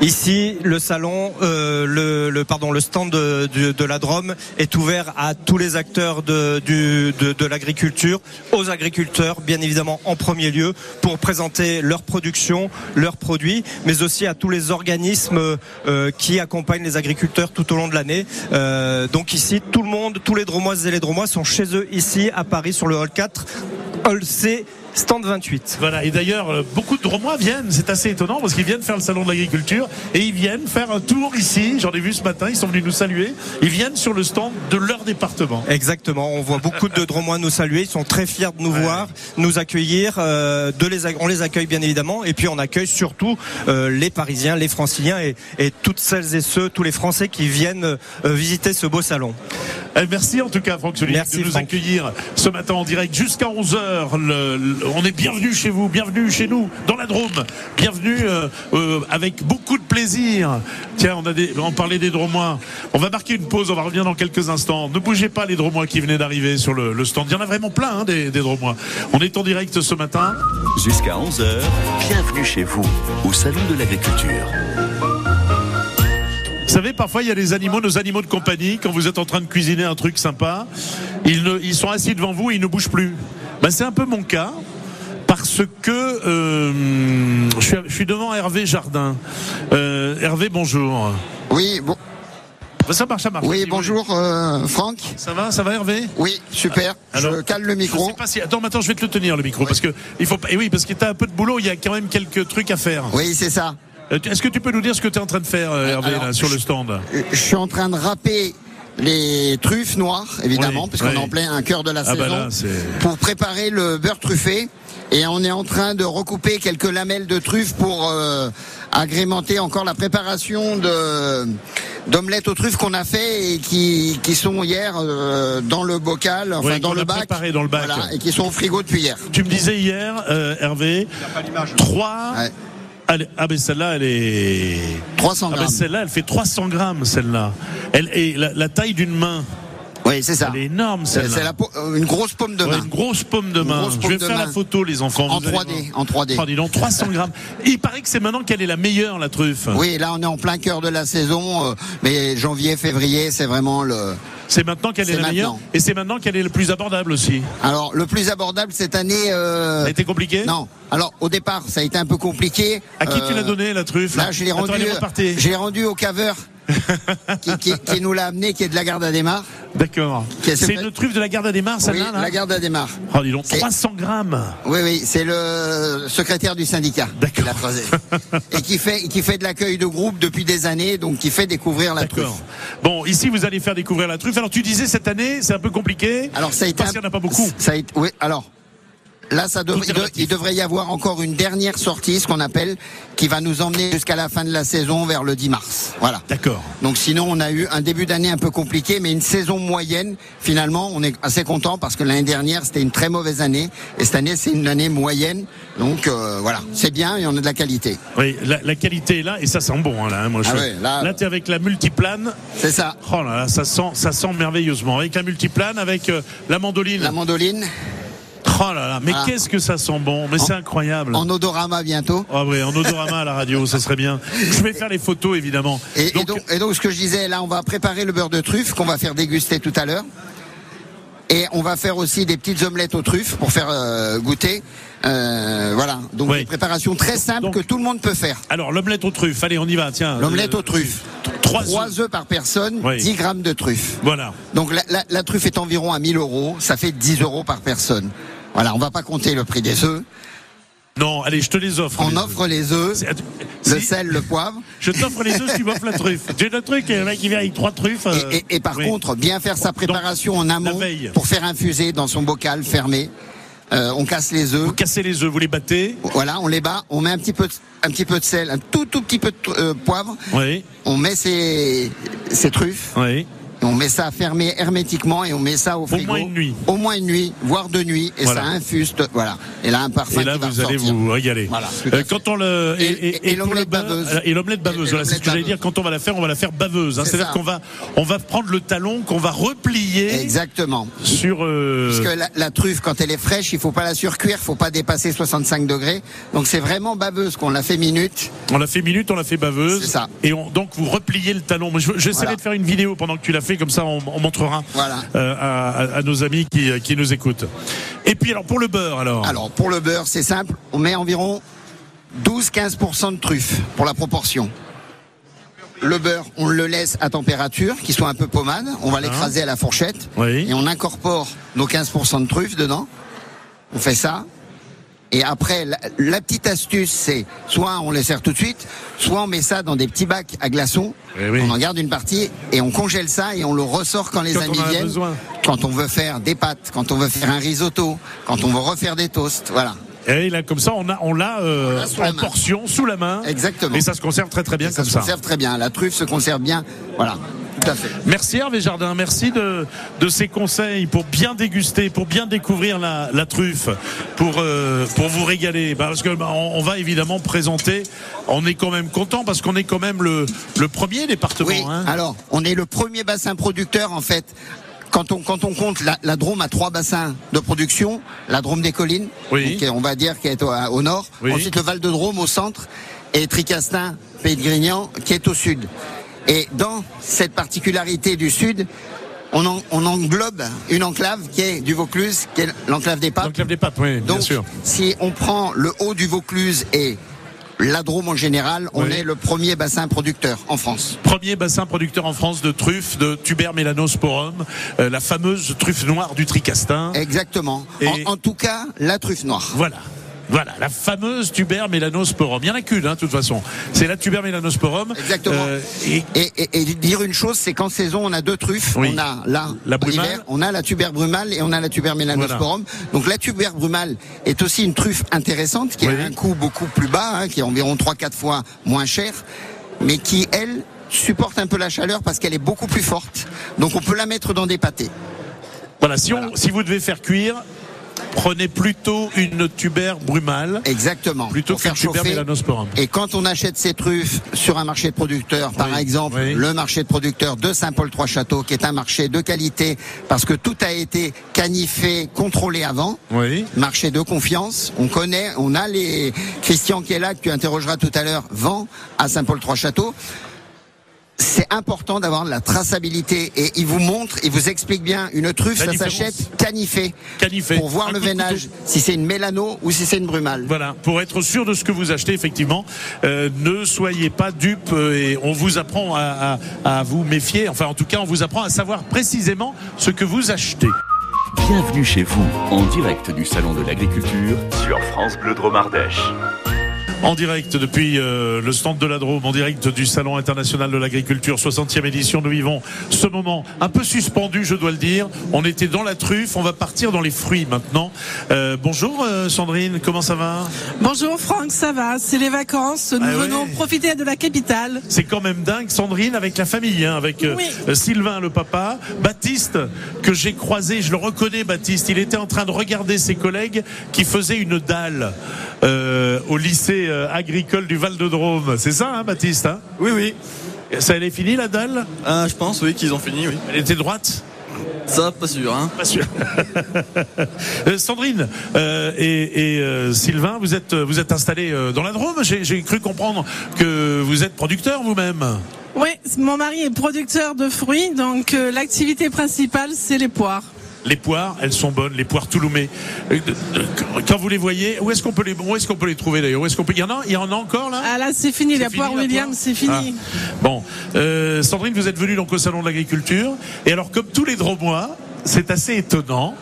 Speaker 7: Ici, le salon, euh, le, le- pardon, le stand de, de- de la Drôme est ouvert à tous les acteurs de, du- de- de l'agriculture, aux agriculteurs, bien évidemment en premier lieu, pour présenter leur production, leurs produits, mais aussi à tous les organismes euh, qui accompagnent les agriculteurs tout au long de l'année. Euh, donc ici, tout le monde, tous les Dromoises et les Dromois sont chez eux ici à Paris sur le hall 4, hall C, stand 28.
Speaker 3: Voilà, et d'ailleurs, euh, beaucoup de Dromois viennent, c'est assez étonnant parce qu'ils viennent faire le salon de l'agriculture et ils viennent faire un tour ici. J'en ai vu ce matin, ils sont venus nous saluer. Ils viennent sur le stand de leur département.
Speaker 7: Exactement, on voit beaucoup de Dromois nous saluer, ils sont très fiers de nous voir, nous accueillir, euh, de les, ac- on les accueille bien évidemment, et puis on accueille surtout euh, les Parisiens, les Franciliens et, et toutes celles et ceux, tous les Français qui viennent euh, visiter ce beau salon.
Speaker 3: Eh, merci en tout cas, Franck Solier,
Speaker 7: Merci,
Speaker 3: de nous
Speaker 7: Franck.
Speaker 3: accueillir ce matin en direct jusqu'à 11h. on est bienvenue chez vous, bienvenue chez nous, dans la Drôme. Bienvenue euh, euh, avec beaucoup de plaisir. Tiens, on, a des, on parlait des Dromois. On va marquer une pause, on va revenir dans quelques instants. Ne bougez pas les Dromois qui venaient d'arriver sur le, le stand. Il y en a vraiment plein hein, des, des Dromois. On est en direct ce matin.
Speaker 1: Jusqu'à 11h, bienvenue chez vous au Salon de l'Agriculture.
Speaker 3: Vous savez, parfois, il y a les animaux, nos animaux de compagnie, quand vous êtes en train de cuisiner un truc sympa, ils, ne- ils sont assis devant vous et ils ne bougent plus. Ben, c'est un peu mon cas. Parce que euh, je, suis, je suis devant Hervé Jardin. Euh, Hervé, bonjour.
Speaker 8: Oui, bon,
Speaker 3: Ben, Ça marche, ça marche.
Speaker 8: oui
Speaker 3: Si vous
Speaker 8: bonjour euh, Franck.
Speaker 3: voulez. Ça va, ça va Hervé
Speaker 8: Oui, super. je cale le
Speaker 3: je
Speaker 8: micro.
Speaker 3: sais pas si- Attends, maintenant je vais te le tenir le micro parce que il faut. pas- Et oui, parce que t'as un peu de boulot, il y a quand même quelques trucs à faire.
Speaker 8: Oui, c'est ça.
Speaker 3: Euh, tu- Est-ce que tu peux nous dire ce que tu es en train de faire, euh, Hervé,
Speaker 8: Alors,
Speaker 3: là, sur le
Speaker 8: je-
Speaker 3: stand
Speaker 8: Euh, Je suis en train de râper les truffes noires, évidemment,
Speaker 3: Oui,
Speaker 8: parce qu'on
Speaker 3: oui.
Speaker 8: est en plein un cœur de la
Speaker 3: Ah bah
Speaker 8: saison,
Speaker 3: là, c'est-
Speaker 8: pour préparer le beurre truffé. Et on est en train de recouper quelques lamelles de truffes pour euh, agrémenter encore la préparation de d'omelettes aux truffes qu'on a fait et qui, qui sont hier euh, dans le bocal, enfin
Speaker 3: Oui, qu'on
Speaker 8: dans, le
Speaker 3: a
Speaker 8: bac,
Speaker 3: préparé dans le bac.
Speaker 8: Voilà, et qui sont au frigo depuis hier.
Speaker 3: Tu me disais hier, euh, Hervé, trois.
Speaker 8: Ouais.
Speaker 3: Allez, ah ben celle-là, elle est.
Speaker 8: 300
Speaker 3: Ah ben
Speaker 8: grammes.
Speaker 3: celle-là, elle fait 300 grammes, celle-là. Elle est la, la taille d'une main.
Speaker 8: oui, c'est ça.
Speaker 3: Elle est énorme,
Speaker 8: Ah. C'est
Speaker 3: celle-là.
Speaker 8: la peau- euh, une grosse paume de
Speaker 3: Ouais,
Speaker 8: main.
Speaker 3: une grosse paume de
Speaker 8: Une
Speaker 3: main.
Speaker 8: grosse
Speaker 3: Je
Speaker 8: paume
Speaker 3: vais
Speaker 8: de
Speaker 3: faire la
Speaker 8: main.
Speaker 3: photo, les enfants.
Speaker 8: En
Speaker 3: vous allez
Speaker 8: 3D,
Speaker 3: voir.
Speaker 8: en 3D.
Speaker 3: Oh, dis donc, 300 grammes. Il paraît que c'est maintenant qu'elle est la meilleure, la truffe.
Speaker 8: Oui, là on est en plein cœur de la saison, euh, mais janvier, février, c'est vraiment le.
Speaker 3: C'est maintenant qu'elle est,
Speaker 8: C'est
Speaker 3: la meilleure.
Speaker 8: maintenant.
Speaker 3: Et c'est maintenant qu'elle est le plus abordable aussi.
Speaker 8: Alors le plus abordable cette année. euh,
Speaker 3: Ça a été compliqué
Speaker 8: Non. Alors au départ, ça a été un peu compliqué.
Speaker 3: À qui tu
Speaker 8: Euh,
Speaker 3: l'as donné, la truffe
Speaker 8: Là, je l'ai euh,
Speaker 3: Attends,
Speaker 8: rendu.
Speaker 3: elle est repartée.
Speaker 8: Je l'ai rendu au caveur qui, qui- qui nous l'a amené, qui est de la garde à démarre.
Speaker 3: D'accord.
Speaker 8: Qu'est-ce que
Speaker 3: C'est
Speaker 8: c'est
Speaker 3: une truffe de la garde à démarre,
Speaker 8: oui,
Speaker 3: celle-là là
Speaker 8: la garde à démarre.
Speaker 3: Oh, dis donc,
Speaker 8: C'est-
Speaker 3: 300 grammes.
Speaker 8: Oui, oui, c'est le secrétaire du syndicat.
Speaker 3: D'accord.
Speaker 8: qui l'a creusé. Et qui fait, qui fait de l'accueil de groupe depuis des années, donc qui fait découvrir la truffe.
Speaker 3: D'accord. Bon, ici, vous allez faire découvrir la truffe. Alors, tu disais cette année, c'est un peu compliqué.
Speaker 8: Alors ça a été
Speaker 3: Parce
Speaker 8: un-
Speaker 3: qu'il n'y en a pas beaucoup.
Speaker 8: Ça a été- oui, alors là ça devrait
Speaker 3: Tout est
Speaker 8: il, de-
Speaker 3: relatif.
Speaker 8: il devrait y avoir encore une dernière sortie, ce qu'on appelle, qui va nous emmener jusqu'à la fin de la saison vers le 10 mars. Voilà.
Speaker 3: D'accord.
Speaker 8: Donc sinon on a eu un début d'année un peu compliqué, mais une saison moyenne. Finalement on est assez content parce que l'année dernière c'était une très mauvaise année et cette année c'est une année moyenne. Donc euh, voilà, c'est bien et on a de la qualité.
Speaker 3: Oui, la, la qualité est là et ça sent bon hein, là. hein, moi, je-
Speaker 8: Ah ouais, là-
Speaker 3: là, t'es avec la multiplane.
Speaker 8: C'est ça.
Speaker 3: Oh là là, ça sent, ça sent merveilleusement. Avec la multiplane, avec euh, la mandoline.
Speaker 8: La mandoline
Speaker 3: oh là là, mais
Speaker 8: Ah.
Speaker 3: qu'est-ce que ça sent bon. Mais c'est incroyable.
Speaker 8: en odorama bientôt.
Speaker 3: Ah ouais, en odorama à la radio, ça serait bien. Je vais faire les photos évidemment.
Speaker 8: Et et
Speaker 3: Donc,
Speaker 8: donc, et, donc, ce que je disais, là, on va préparer le beurre de truffe qu'on va faire déguster tout à l'heure. Et on va faire aussi des petites omelettes aux truffes pour faire euh, goûter. Euh, voilà. Donc,
Speaker 3: Oui.
Speaker 8: une préparation très simple
Speaker 3: Donc-
Speaker 8: que tout le monde peut faire.
Speaker 3: alors l'omelette aux truffes. Allez, on y va. Tiens.
Speaker 8: L'omelette
Speaker 3: Euh,
Speaker 8: aux truffes.
Speaker 3: Trois. œufs.
Speaker 8: Trois œufs par personne,
Speaker 3: Oui.
Speaker 8: 10 grammes de truffes.
Speaker 3: Voilà.
Speaker 8: Donc, la, la- la truffe est environ à 1000 euros. Ça fait 10 euros par personne. Voilà, on va pas compter le prix des œufs.
Speaker 3: Non, allez, je te les offre.
Speaker 8: On
Speaker 3: les
Speaker 8: offre les œufs,
Speaker 3: œufs. C'est-
Speaker 8: le
Speaker 3: si-
Speaker 8: sel, le poivre.
Speaker 3: Je t'offre les œufs, tu m'offres la truffe. J'ai le truc, le mec qui vient avec trois truffes. euh,
Speaker 8: Et, et- et par
Speaker 3: oui.
Speaker 8: contre, bien faire sa préparation en
Speaker 3: la
Speaker 8: amont
Speaker 3: veille.
Speaker 8: pour faire infuser dans son bocal fermé. Euh, on casse les œufs.
Speaker 3: Vous cassez les œufs, vous les battez.
Speaker 8: Voilà, on les bat, on met un petit peu de, un petit peu de sel, un tout tout petit peu de euh, poivre.
Speaker 3: Oui,
Speaker 8: On met ses, ses truffes
Speaker 3: oui.
Speaker 8: Et on met ça à fermer hermétiquement et on met ça au frigo.
Speaker 3: moins une nuit.
Speaker 8: Au moins une nuit, voire deux nuits. Et
Speaker 3: Voilà.
Speaker 8: ça infuste. Voilà. Et là, un parfum
Speaker 3: Et là,
Speaker 8: qui va
Speaker 3: vous allez
Speaker 8: ressortir.
Speaker 3: vous régaler.
Speaker 8: Voilà.
Speaker 3: Euh, quand on le
Speaker 8: Et- et- et
Speaker 3: pour
Speaker 8: l'omelette
Speaker 3: le bain-
Speaker 8: baveuse.
Speaker 3: Et l'omelette baveuse.
Speaker 8: Et- et
Speaker 3: Voilà, c'est ce que j'allais dire.
Speaker 8: l'omelette
Speaker 3: Quand on va la faire, on va la faire baveuse. hein.
Speaker 8: C'est
Speaker 3: C'est-à-dire
Speaker 8: ça.
Speaker 3: qu'on va, on va prendre le talon qu'on va replier
Speaker 8: Exactement.
Speaker 3: sur. euh,
Speaker 8: Parce que la, la truffe, quand elle est fraîche, il faut pas la surcuire, faut pas dépasser 65 degrés. Donc c'est vraiment baveuse qu'on la fait minute.
Speaker 3: On l'a fait minute, on l'a fait baveuse.
Speaker 8: C'est ça.
Speaker 3: Et on, donc vous repliez le talon. Moi, je- J'essaierai
Speaker 8: Voilà.
Speaker 3: de faire une vidéo pendant que tu l'as fait, comme ça on, on montrera
Speaker 8: Voilà.
Speaker 3: euh, à, à- à nos amis qui, qui nous écoutent. Et puis alors pour le beurre alors.
Speaker 8: Alors pour le beurre, c'est simple, on met environ 12-15% de truffe pour la proportion. Le beurre, on le laisse à température, qu'il soit un peu pommade. On va l'écraser à la fourchette.
Speaker 3: Hein. Oui.
Speaker 8: Et on incorpore nos 15% de truffe dedans. On fait ça. Et après, la, la petite astuce, c'est soit on les sert tout de suite, soit on met ça dans des petits bacs à glaçons.
Speaker 3: Eh oui.
Speaker 8: On en garde une partie et on congèle ça et on le ressort quand les
Speaker 3: Quand
Speaker 8: amis
Speaker 3: on en a
Speaker 8: viennent.
Speaker 3: besoin.
Speaker 8: Quand on veut faire des pâtes, quand on veut faire un risotto, quand on veut refaire des toasts, voilà.
Speaker 3: Et là comme ça on a on l'a euh,
Speaker 8: On l'a sous la
Speaker 3: en
Speaker 8: main.
Speaker 3: portion sous la main.
Speaker 8: Exactement.
Speaker 3: Et ça se conserve très très bien
Speaker 8: ça
Speaker 3: comme
Speaker 8: se
Speaker 3: ça.
Speaker 8: conserve très bien. La truffe se conserve bien. Voilà, tout à fait.
Speaker 3: Merci Hervé Jardin, merci de, de ces conseils pour bien déguster, pour bien découvrir la, la truffe, pour, euh, pour vous régaler. Bah, Parce que bah, on, on va évidemment présenter, on est quand même content parce qu'on est quand même le, le premier département.
Speaker 8: Oui, Ah.
Speaker 3: hein.
Speaker 8: alors, on est le premier bassin producteur, en fait. Quand on, quand on compte, la, la Drôme a trois bassins de production. La Drôme des collines,
Speaker 3: Oui.
Speaker 8: donc, qui est- on va dire qui est au, au nord.
Speaker 3: Oui.
Speaker 8: Ensuite, le Val de Drôme au centre. Et Tricastin, Pays de Grignan, qui est au sud. Et dans cette particularité du sud, on, en- on englobe une enclave qui est du Vaucluse, qui est l'enclave des papes.
Speaker 3: Donc lève des papes, oui, bien
Speaker 8: Donc,
Speaker 3: sûr.
Speaker 8: si on prend le haut du Vaucluse et la Drôme en général, on
Speaker 3: Oui.
Speaker 8: est le premier bassin producteur en France.
Speaker 3: Premier bassin producteur en France de truffes, de tuber melanosporum, euh, la fameuse truffe noire du Tricastin.
Speaker 8: Exactement.
Speaker 3: Et-
Speaker 8: En, en tout cas, la truffe noire.
Speaker 3: Voilà. Voilà, la fameuse tuber melanosporum. Il y en a qu'une, hein, de toute façon. C'est la tuber melanosporum.
Speaker 8: Exactement.
Speaker 3: Euh, et
Speaker 8: Et, et- et dire une chose, c'est qu'en saison, on a deux truffes.
Speaker 3: Oui.
Speaker 8: On a là,
Speaker 3: La brumale.
Speaker 8: l'hiver, on a la tuber brumale et on a la tuber melanosporum. Donc la tuber brumale est aussi une truffe intéressante qui
Speaker 3: Oui.
Speaker 8: a un coût beaucoup plus bas, hein, qui est environ 3-4 fois moins cher, mais qui, elle, supporte un peu la chaleur parce qu'elle est beaucoup plus forte. Donc on peut la mettre dans des pâtés.
Speaker 3: Voilà, si, on- si vous devez faire cuire, prenez plutôt une tuber brumale
Speaker 8: Exactement.
Speaker 3: plutôt
Speaker 8: Pour
Speaker 3: qu'une tuber melanosporum.
Speaker 8: Et quand on achète ces truffes sur un marché de producteurs, par
Speaker 3: Oui,
Speaker 8: exemple
Speaker 3: oui.
Speaker 8: le marché de producteurs de Saint-Paul-Trois-Châteaux, qui est un marché de qualité, parce que tout a été canifé, contrôlé avant.
Speaker 3: Oui.
Speaker 8: Marché de confiance, on connaît, on a les Christian qui est là que tu interrogeras tout à l'heure vend à Saint-Paul-Trois-Châteaux. C'est important d'avoir de la traçabilité et il vous montre, il vous explique bien une truffe,
Speaker 3: La
Speaker 8: ça
Speaker 3: différence.
Speaker 8: s'achète canifé
Speaker 3: Canifé.
Speaker 8: pour voir
Speaker 3: Un
Speaker 8: le
Speaker 3: coup de
Speaker 8: veinage,
Speaker 3: couteau.
Speaker 8: si c'est une mélano ou si c'est une brumale.
Speaker 3: Voilà, pour être sûr de ce que vous achetez, effectivement, euh, ne soyez pas dupes euh, et on vous apprend à, à- à vous méfier. Enfin, en tout cas, on vous apprend à savoir précisément ce que vous achetez.
Speaker 1: Bienvenue chez vous en direct du Salon de l'Agriculture sur France Bleu Drôme Ardèche.
Speaker 3: En direct depuis euh, le stand de la Drôme, en direct du Salon international de l'agriculture, 60e édition, nous vivons ce moment un peu suspendu, je dois le dire. On était dans la truffe, on va partir dans les fruits maintenant. Euh, bonjour euh, Sandrine, comment ça va
Speaker 9: Bonjour Franck, ça va C'est les vacances, nous
Speaker 3: Ah ouais.
Speaker 9: venons profiter de la capitale.
Speaker 3: C'est quand même dingue, Sandrine, avec la famille, hein, avec euh,
Speaker 9: Oui.
Speaker 3: Sylvain, le papa, Baptiste, que j'ai croisé, je le reconnais, Baptiste, il était en train de regarder ses collègues qui faisaient une dalle euh, au lycée euh, agricole du Val-de-Drôme. C'est ça, hein, Baptiste hein
Speaker 6: Oui, oui.
Speaker 3: Ça, elle est finie, la dalle
Speaker 6: Ah, je pense, oui, qu'ils ont fini, oui.
Speaker 3: Elle était droite
Speaker 6: Ça, pas sûr, hein.
Speaker 3: Pas sûr. Euh, Sandrine euh, et, et, euh, Sylvain, vous êtes, vous êtes installés euh, dans la Drôme. J'ai j'ai cru comprendre que vous êtes producteur vous-même.
Speaker 9: Oui, mon mari est producteur de fruits, donc euh, l'activité principale c'est les poires.
Speaker 3: Les poires, elles sont bonnes, les poires touloumées. Euh, de- de- Quand vous les voyez, où est-ce qu'on peut les, où est-ce qu'on peut les trouver d'ailleurs Où est-ce qu'on peut Il y en a, il y en a encore là.
Speaker 9: Ah là c'est fini,
Speaker 3: C'est
Speaker 9: la
Speaker 3: fini,
Speaker 9: poire
Speaker 3: la
Speaker 9: William,
Speaker 3: poire
Speaker 9: c'est fini.
Speaker 3: Ah. Bon, Euh, Sandrine, vous êtes venue donc au salon de l'agriculture. Et alors, comme tous les Dromois, c'est assez étonnant.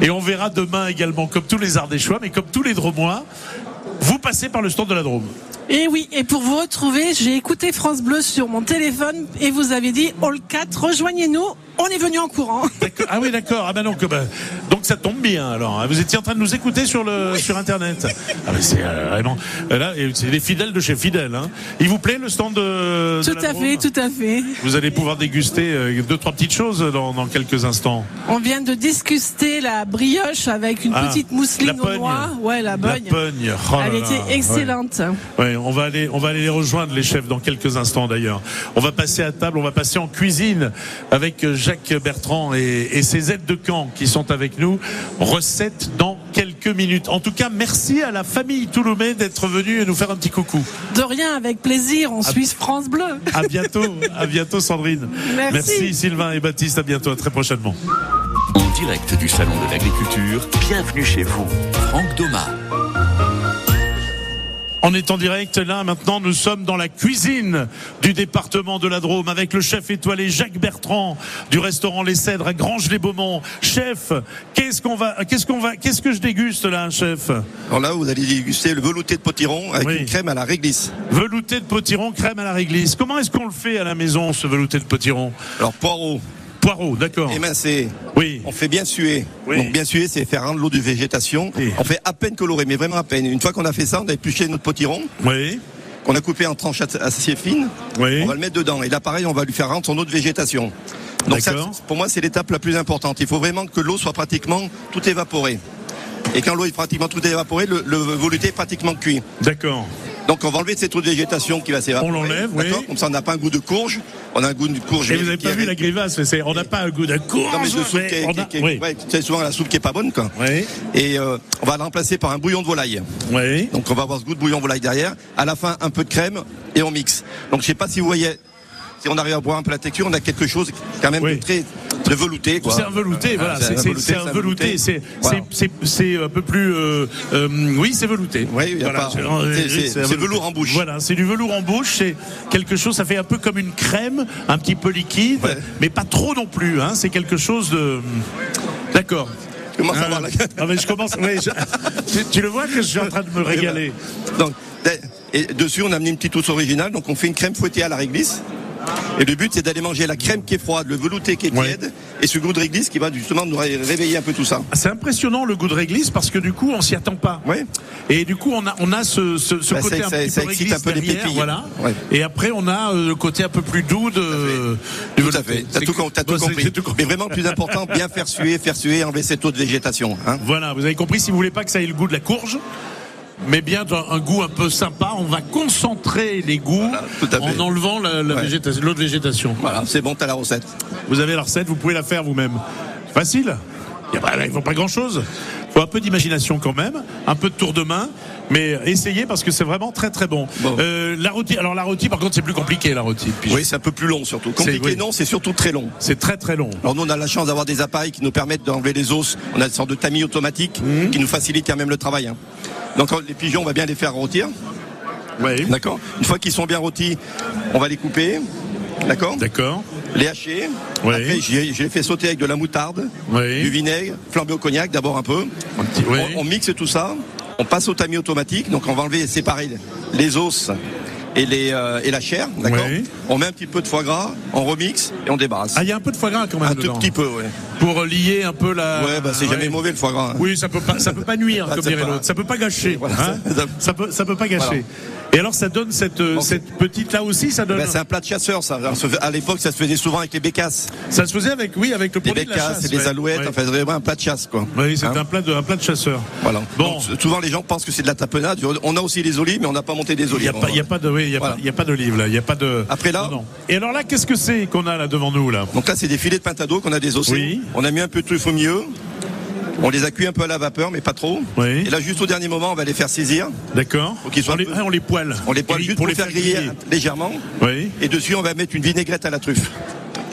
Speaker 3: Et on verra demain également, comme tous les Ardéchois, mais comme tous les Dromois, vous passez par le stand de la Drôme.
Speaker 9: Et oui, et pour vous retrouver, j'ai écouté France Bleu sur mon téléphone et vous avez dit All 4, rejoignez-nous, on est venu en courant.
Speaker 3: d'accord. Ah oui, d'accord. Ah ben donc, bah, donc ça tombe bien alors. hein. Vous étiez en train de nous écouter sur le sur internet. Ah mais c'est euh, vraiment euh, là, et c'est les fidèles de chez fidèles. Hein. Il vous plaît le stand de, de
Speaker 9: Tout
Speaker 3: la
Speaker 9: à
Speaker 3: Drôme
Speaker 9: fait, tout à fait.
Speaker 3: Vous allez pouvoir déguster euh, deux trois petites choses dans, dans quelques instants.
Speaker 9: On vient de discuter la brioche avec une
Speaker 3: Ah,
Speaker 9: petite mousseline
Speaker 3: la
Speaker 9: au
Speaker 3: pogne.
Speaker 9: noix. Ouais, la
Speaker 3: La
Speaker 9: bogne.
Speaker 3: pogne. Oh là
Speaker 9: Elle
Speaker 3: là.
Speaker 9: était
Speaker 3: Ouais.
Speaker 9: excellente.
Speaker 3: Ouais, on va aller, on va aller les rejoindre les chefs dans quelques instants d'ailleurs. On va passer à table, on va passer en cuisine avec Jacques Bertrand et, et ses aides de camp qui sont avec nous. Recette dans quelques minutes. En tout cas, merci à la famille Touloumé d'être venue et nous faire un petit coucou.
Speaker 9: De rien, avec plaisir,
Speaker 3: Ah.
Speaker 9: on suit France Bleu.
Speaker 3: À bientôt, à bientôt Sandrine.
Speaker 9: Merci.
Speaker 3: merci Sylvain et Baptiste. À bientôt, à très prochainement.
Speaker 1: En direct du Salon de l'Agriculture, bienvenue chez vous, Franck Doma.
Speaker 3: On est en direct là maintenant, nous sommes dans la cuisine du département de la Drôme avec le chef étoilé Jacques Bertrand du restaurant Les Cèdres à Granges-les-Beaumont. Chef, qu'est-ce qu'on va qu'est-ce qu'on va qu'est-ce que je déguste là, chef
Speaker 5: Alors là, vous allez déguster le velouté de potiron avec
Speaker 3: Oui.
Speaker 5: une crème à la réglisse.
Speaker 3: Velouté de potiron, crème à la réglisse. Comment est-ce qu'on le fait à la maison ce velouté de potiron
Speaker 5: Alors poireau,
Speaker 3: Poireau, d'accord.
Speaker 5: émincé,
Speaker 3: Oui.
Speaker 5: on fait bien suer.
Speaker 3: Oh. Oui.
Speaker 5: Donc bien suer, c'est faire rendre l'eau de végétation.
Speaker 3: Oui.
Speaker 5: On fait à peine colorer, mais vraiment à peine. Une fois qu'on a fait ça, on a épluché notre potiron,
Speaker 3: Oui.
Speaker 5: qu'on a coupé en tranches as- assez fines.
Speaker 3: Oui.
Speaker 5: On va le mettre dedans. Et là, pareil, on va lui faire rendre son eau de végétation. Donc ça,
Speaker 3: D'accord.
Speaker 5: c'est- pour moi, c'est l'étape la plus importante. Il faut vraiment que l'eau soit pratiquement tout évaporée. Et quand l'eau est pratiquement tout évaporée, le, le velouté est pratiquement cuit.
Speaker 3: D'accord.
Speaker 5: Donc on va enlever cette eau de végétation qui va s'évaporer.
Speaker 3: On l'enlève, oui.
Speaker 5: D'accord Comme ça, on n'a pas un goût de courge. On a un goût de courge.
Speaker 3: Et vous n'avez
Speaker 5: qui
Speaker 3: pas
Speaker 5: est-
Speaker 3: vu la grimace, mais c'est- on n'a pas un goût d'un courge.
Speaker 5: Non, mais de soupe
Speaker 3: mais
Speaker 5: qui est-
Speaker 3: on
Speaker 5: qui
Speaker 3: a-
Speaker 5: est- qui est-
Speaker 3: oui.
Speaker 5: ouais, c'est souvent la soupe qui est pas bonne, quoi.
Speaker 3: Oui.
Speaker 5: Et euh, on va la remplacer par un bouillon de volaille.
Speaker 3: Oui.
Speaker 5: Donc on va avoir ce goût de bouillon volaille derrière. À la fin, un peu de crème et on mixe. Donc je sais pas si vous voyez, si on arrive à voir un peu la texture, on a quelque chose quand même
Speaker 3: Oui.
Speaker 5: de très de velouté. quoi.
Speaker 3: C'est un velouté,
Speaker 5: Euh,
Speaker 3: voilà. C'est c'est- c'est un velouté. C'est
Speaker 5: Voilà.
Speaker 3: c'est- c'est- c'est un peu plus. euh, euh, oui, c'est velouté.
Speaker 5: Oui, il y a
Speaker 3: Voilà,
Speaker 5: pas-
Speaker 3: c'est- euh,
Speaker 5: c'est-
Speaker 3: oui,
Speaker 5: c'est-
Speaker 3: un
Speaker 5: c'est velours en bouche.
Speaker 3: Voilà, c'est du velours en bouche. C'est quelque chose. Ça fait un peu comme une crème, un petit peu liquide,
Speaker 5: Ouais.
Speaker 3: mais pas trop non plus. hein. C'est quelque chose de. D'accord.
Speaker 5: Je commence à
Speaker 3: Ah,
Speaker 5: voir la-
Speaker 3: ah, mais je commence. ouais, je- tu, tu le vois que je suis en train
Speaker 5: Eh
Speaker 3: de me
Speaker 5: ben,
Speaker 3: régaler.
Speaker 5: Donc, et dessus, on a amené une petite sauce originale. Donc, on fait une crème fouettée à la réglisse. Et le but, c'est d'aller manger la crème qui est froide, le velouté qui est
Speaker 3: Ouais.
Speaker 5: tiède, et ce goût de réglisse qui va justement nous ré- réveiller un peu tout ça.
Speaker 3: C'est impressionnant le goût de réglisse parce que du coup on s'y attend pas.
Speaker 5: Ouais.
Speaker 3: Et du coup on a on a ce, ce, ce
Speaker 5: Bah,
Speaker 3: côté
Speaker 5: ça-
Speaker 3: un
Speaker 5: ça-
Speaker 3: petit
Speaker 5: ça
Speaker 3: peu
Speaker 5: excite
Speaker 3: réglisse
Speaker 5: un peu les
Speaker 3: derrière,
Speaker 5: papilles.
Speaker 3: voilà.
Speaker 5: Ouais.
Speaker 3: Et après on a euh, le côté un peu plus doux de. du
Speaker 5: Tout
Speaker 3: velouté.
Speaker 5: à fait. T'as
Speaker 3: C'est-
Speaker 5: tout, com- t'as tout
Speaker 3: Bon, c'est-
Speaker 5: compris.
Speaker 3: j'ai tout compris.
Speaker 5: Mais vraiment, le plus important, bien faire suer, faire suer, enlever cette eau de végétation. hein.
Speaker 3: Voilà, vous avez compris. Si vous voulez pas que ça ait le goût de la courge. Mais bien d'un- un goût un peu sympa, on va concentrer les goûts
Speaker 5: Voilà, tout à fait.
Speaker 3: en enlevant la, la
Speaker 5: Ouais.
Speaker 3: végétation, l'autre végétation.
Speaker 5: Voilà, c'est bon, t'as la recette.
Speaker 3: Vous avez la recette, vous pouvez la faire vous-même. Facile. Y a pas- Il ne faut pas grand-chose. Il faut un peu d'imagination quand même, un peu de tour de main, mais essayez parce que c'est vraiment très très bon.
Speaker 5: Bon.
Speaker 3: Euh, la rôtie, alors la rôtie, par contre, c'est plus compliqué la rôtie. Puis
Speaker 5: Oui, c'est un peu plus long surtout.
Speaker 3: C'est-
Speaker 5: Compliqué,
Speaker 3: oui.
Speaker 5: non, c'est surtout très long.
Speaker 3: C'est très très long.
Speaker 5: Alors nous on a la chance d'avoir des appareils qui nous permettent d'enlever les os. On a une sorte de tamis automatique qui nous facilite quand même le travail. hein. Donc les pigeons on va bien les faire rôtir.
Speaker 3: Oui.
Speaker 5: D'accord Une fois qu'ils sont bien rôtis, on va les couper. D'accord
Speaker 3: D'accord.
Speaker 5: Les hacher.
Speaker 3: Oui.
Speaker 5: Après, j'ai- je les fais sauter avec de la moutarde,
Speaker 3: Oui.
Speaker 5: du vinaigre, flambé au cognac d'abord un peu.
Speaker 3: Un petit- oui.
Speaker 5: On, on mixe tout ça. On passe au tamis automatique. Donc on va enlever et séparer les os et, les, euh, et la chair. D'accord
Speaker 3: Oui.
Speaker 5: On met un petit peu de foie gras, on remixe et on débarrasse.
Speaker 3: Ah, il y a un peu de foie gras quand même
Speaker 5: un tout
Speaker 3: dedans.
Speaker 5: petit peu, ouais.
Speaker 3: Pour euh, lier un peu la.
Speaker 5: Ouais, bah c'est jamais mauvais le foie gras. hein.
Speaker 3: Oui, ça peut pas, ça peut pas nuire,
Speaker 5: Ah,
Speaker 3: comme
Speaker 5: c'est
Speaker 3: dirait
Speaker 5: pas-
Speaker 3: l'autre. Ça peut pas gâcher.
Speaker 5: Voilà,
Speaker 3: hein. ça,
Speaker 5: ça-
Speaker 3: peut, ça peut pas gâcher.
Speaker 5: Voilà.
Speaker 3: Et alors, ça donne cette, euh,
Speaker 5: Donc,
Speaker 3: cette petite là aussi, ça donne.
Speaker 5: Ben, c'est un plat de chasseur, ça. Alors, ce- À l'époque, ça se faisait souvent avec les bécasses.
Speaker 3: Ça se faisait avec, oui, avec le produit
Speaker 5: Les
Speaker 3: de la
Speaker 5: bécasses,
Speaker 3: chasse,
Speaker 5: et les
Speaker 3: ouais.
Speaker 5: alouettes,
Speaker 3: Ouais.
Speaker 5: enfin, c'est vraiment un plat de chasse, quoi.
Speaker 3: Oui, c'est
Speaker 5: Hein
Speaker 3: un plat de un plat de chasseur.
Speaker 5: Voilà.
Speaker 3: Bon,
Speaker 5: Donc, souvent, les gens pensent que c'est de la tapenade. On a aussi des olives, mais on n'a pas monté des
Speaker 3: il n'y
Speaker 5: olives.
Speaker 3: a pas, il y a pas de, oui, il y a
Speaker 5: Voilà.
Speaker 3: pas, il y a pas d'olive là, il y a pas de.
Speaker 5: Après, là-
Speaker 3: Non, non. Et alors là, qu'est-ce que c'est qu'on a là devant nous là
Speaker 5: Donc là, c'est des filets de pintado qu'on a des
Speaker 3: Oui.
Speaker 5: On a mis un peu de truffe au milieu. On les a cuits un peu à la vapeur, mais pas trop.
Speaker 3: Oui.
Speaker 5: Et là, juste au dernier moment, on va les faire saisir.
Speaker 3: D'accord.
Speaker 5: Faut qu'ils soient
Speaker 3: on, les-
Speaker 5: un peu-
Speaker 3: ah, on les poêle.
Speaker 5: On les poêle
Speaker 3: Et
Speaker 5: juste pour les faire griller, légèrement.
Speaker 3: Oui.
Speaker 5: Et dessus, on va mettre une vinaigrette à la truffe.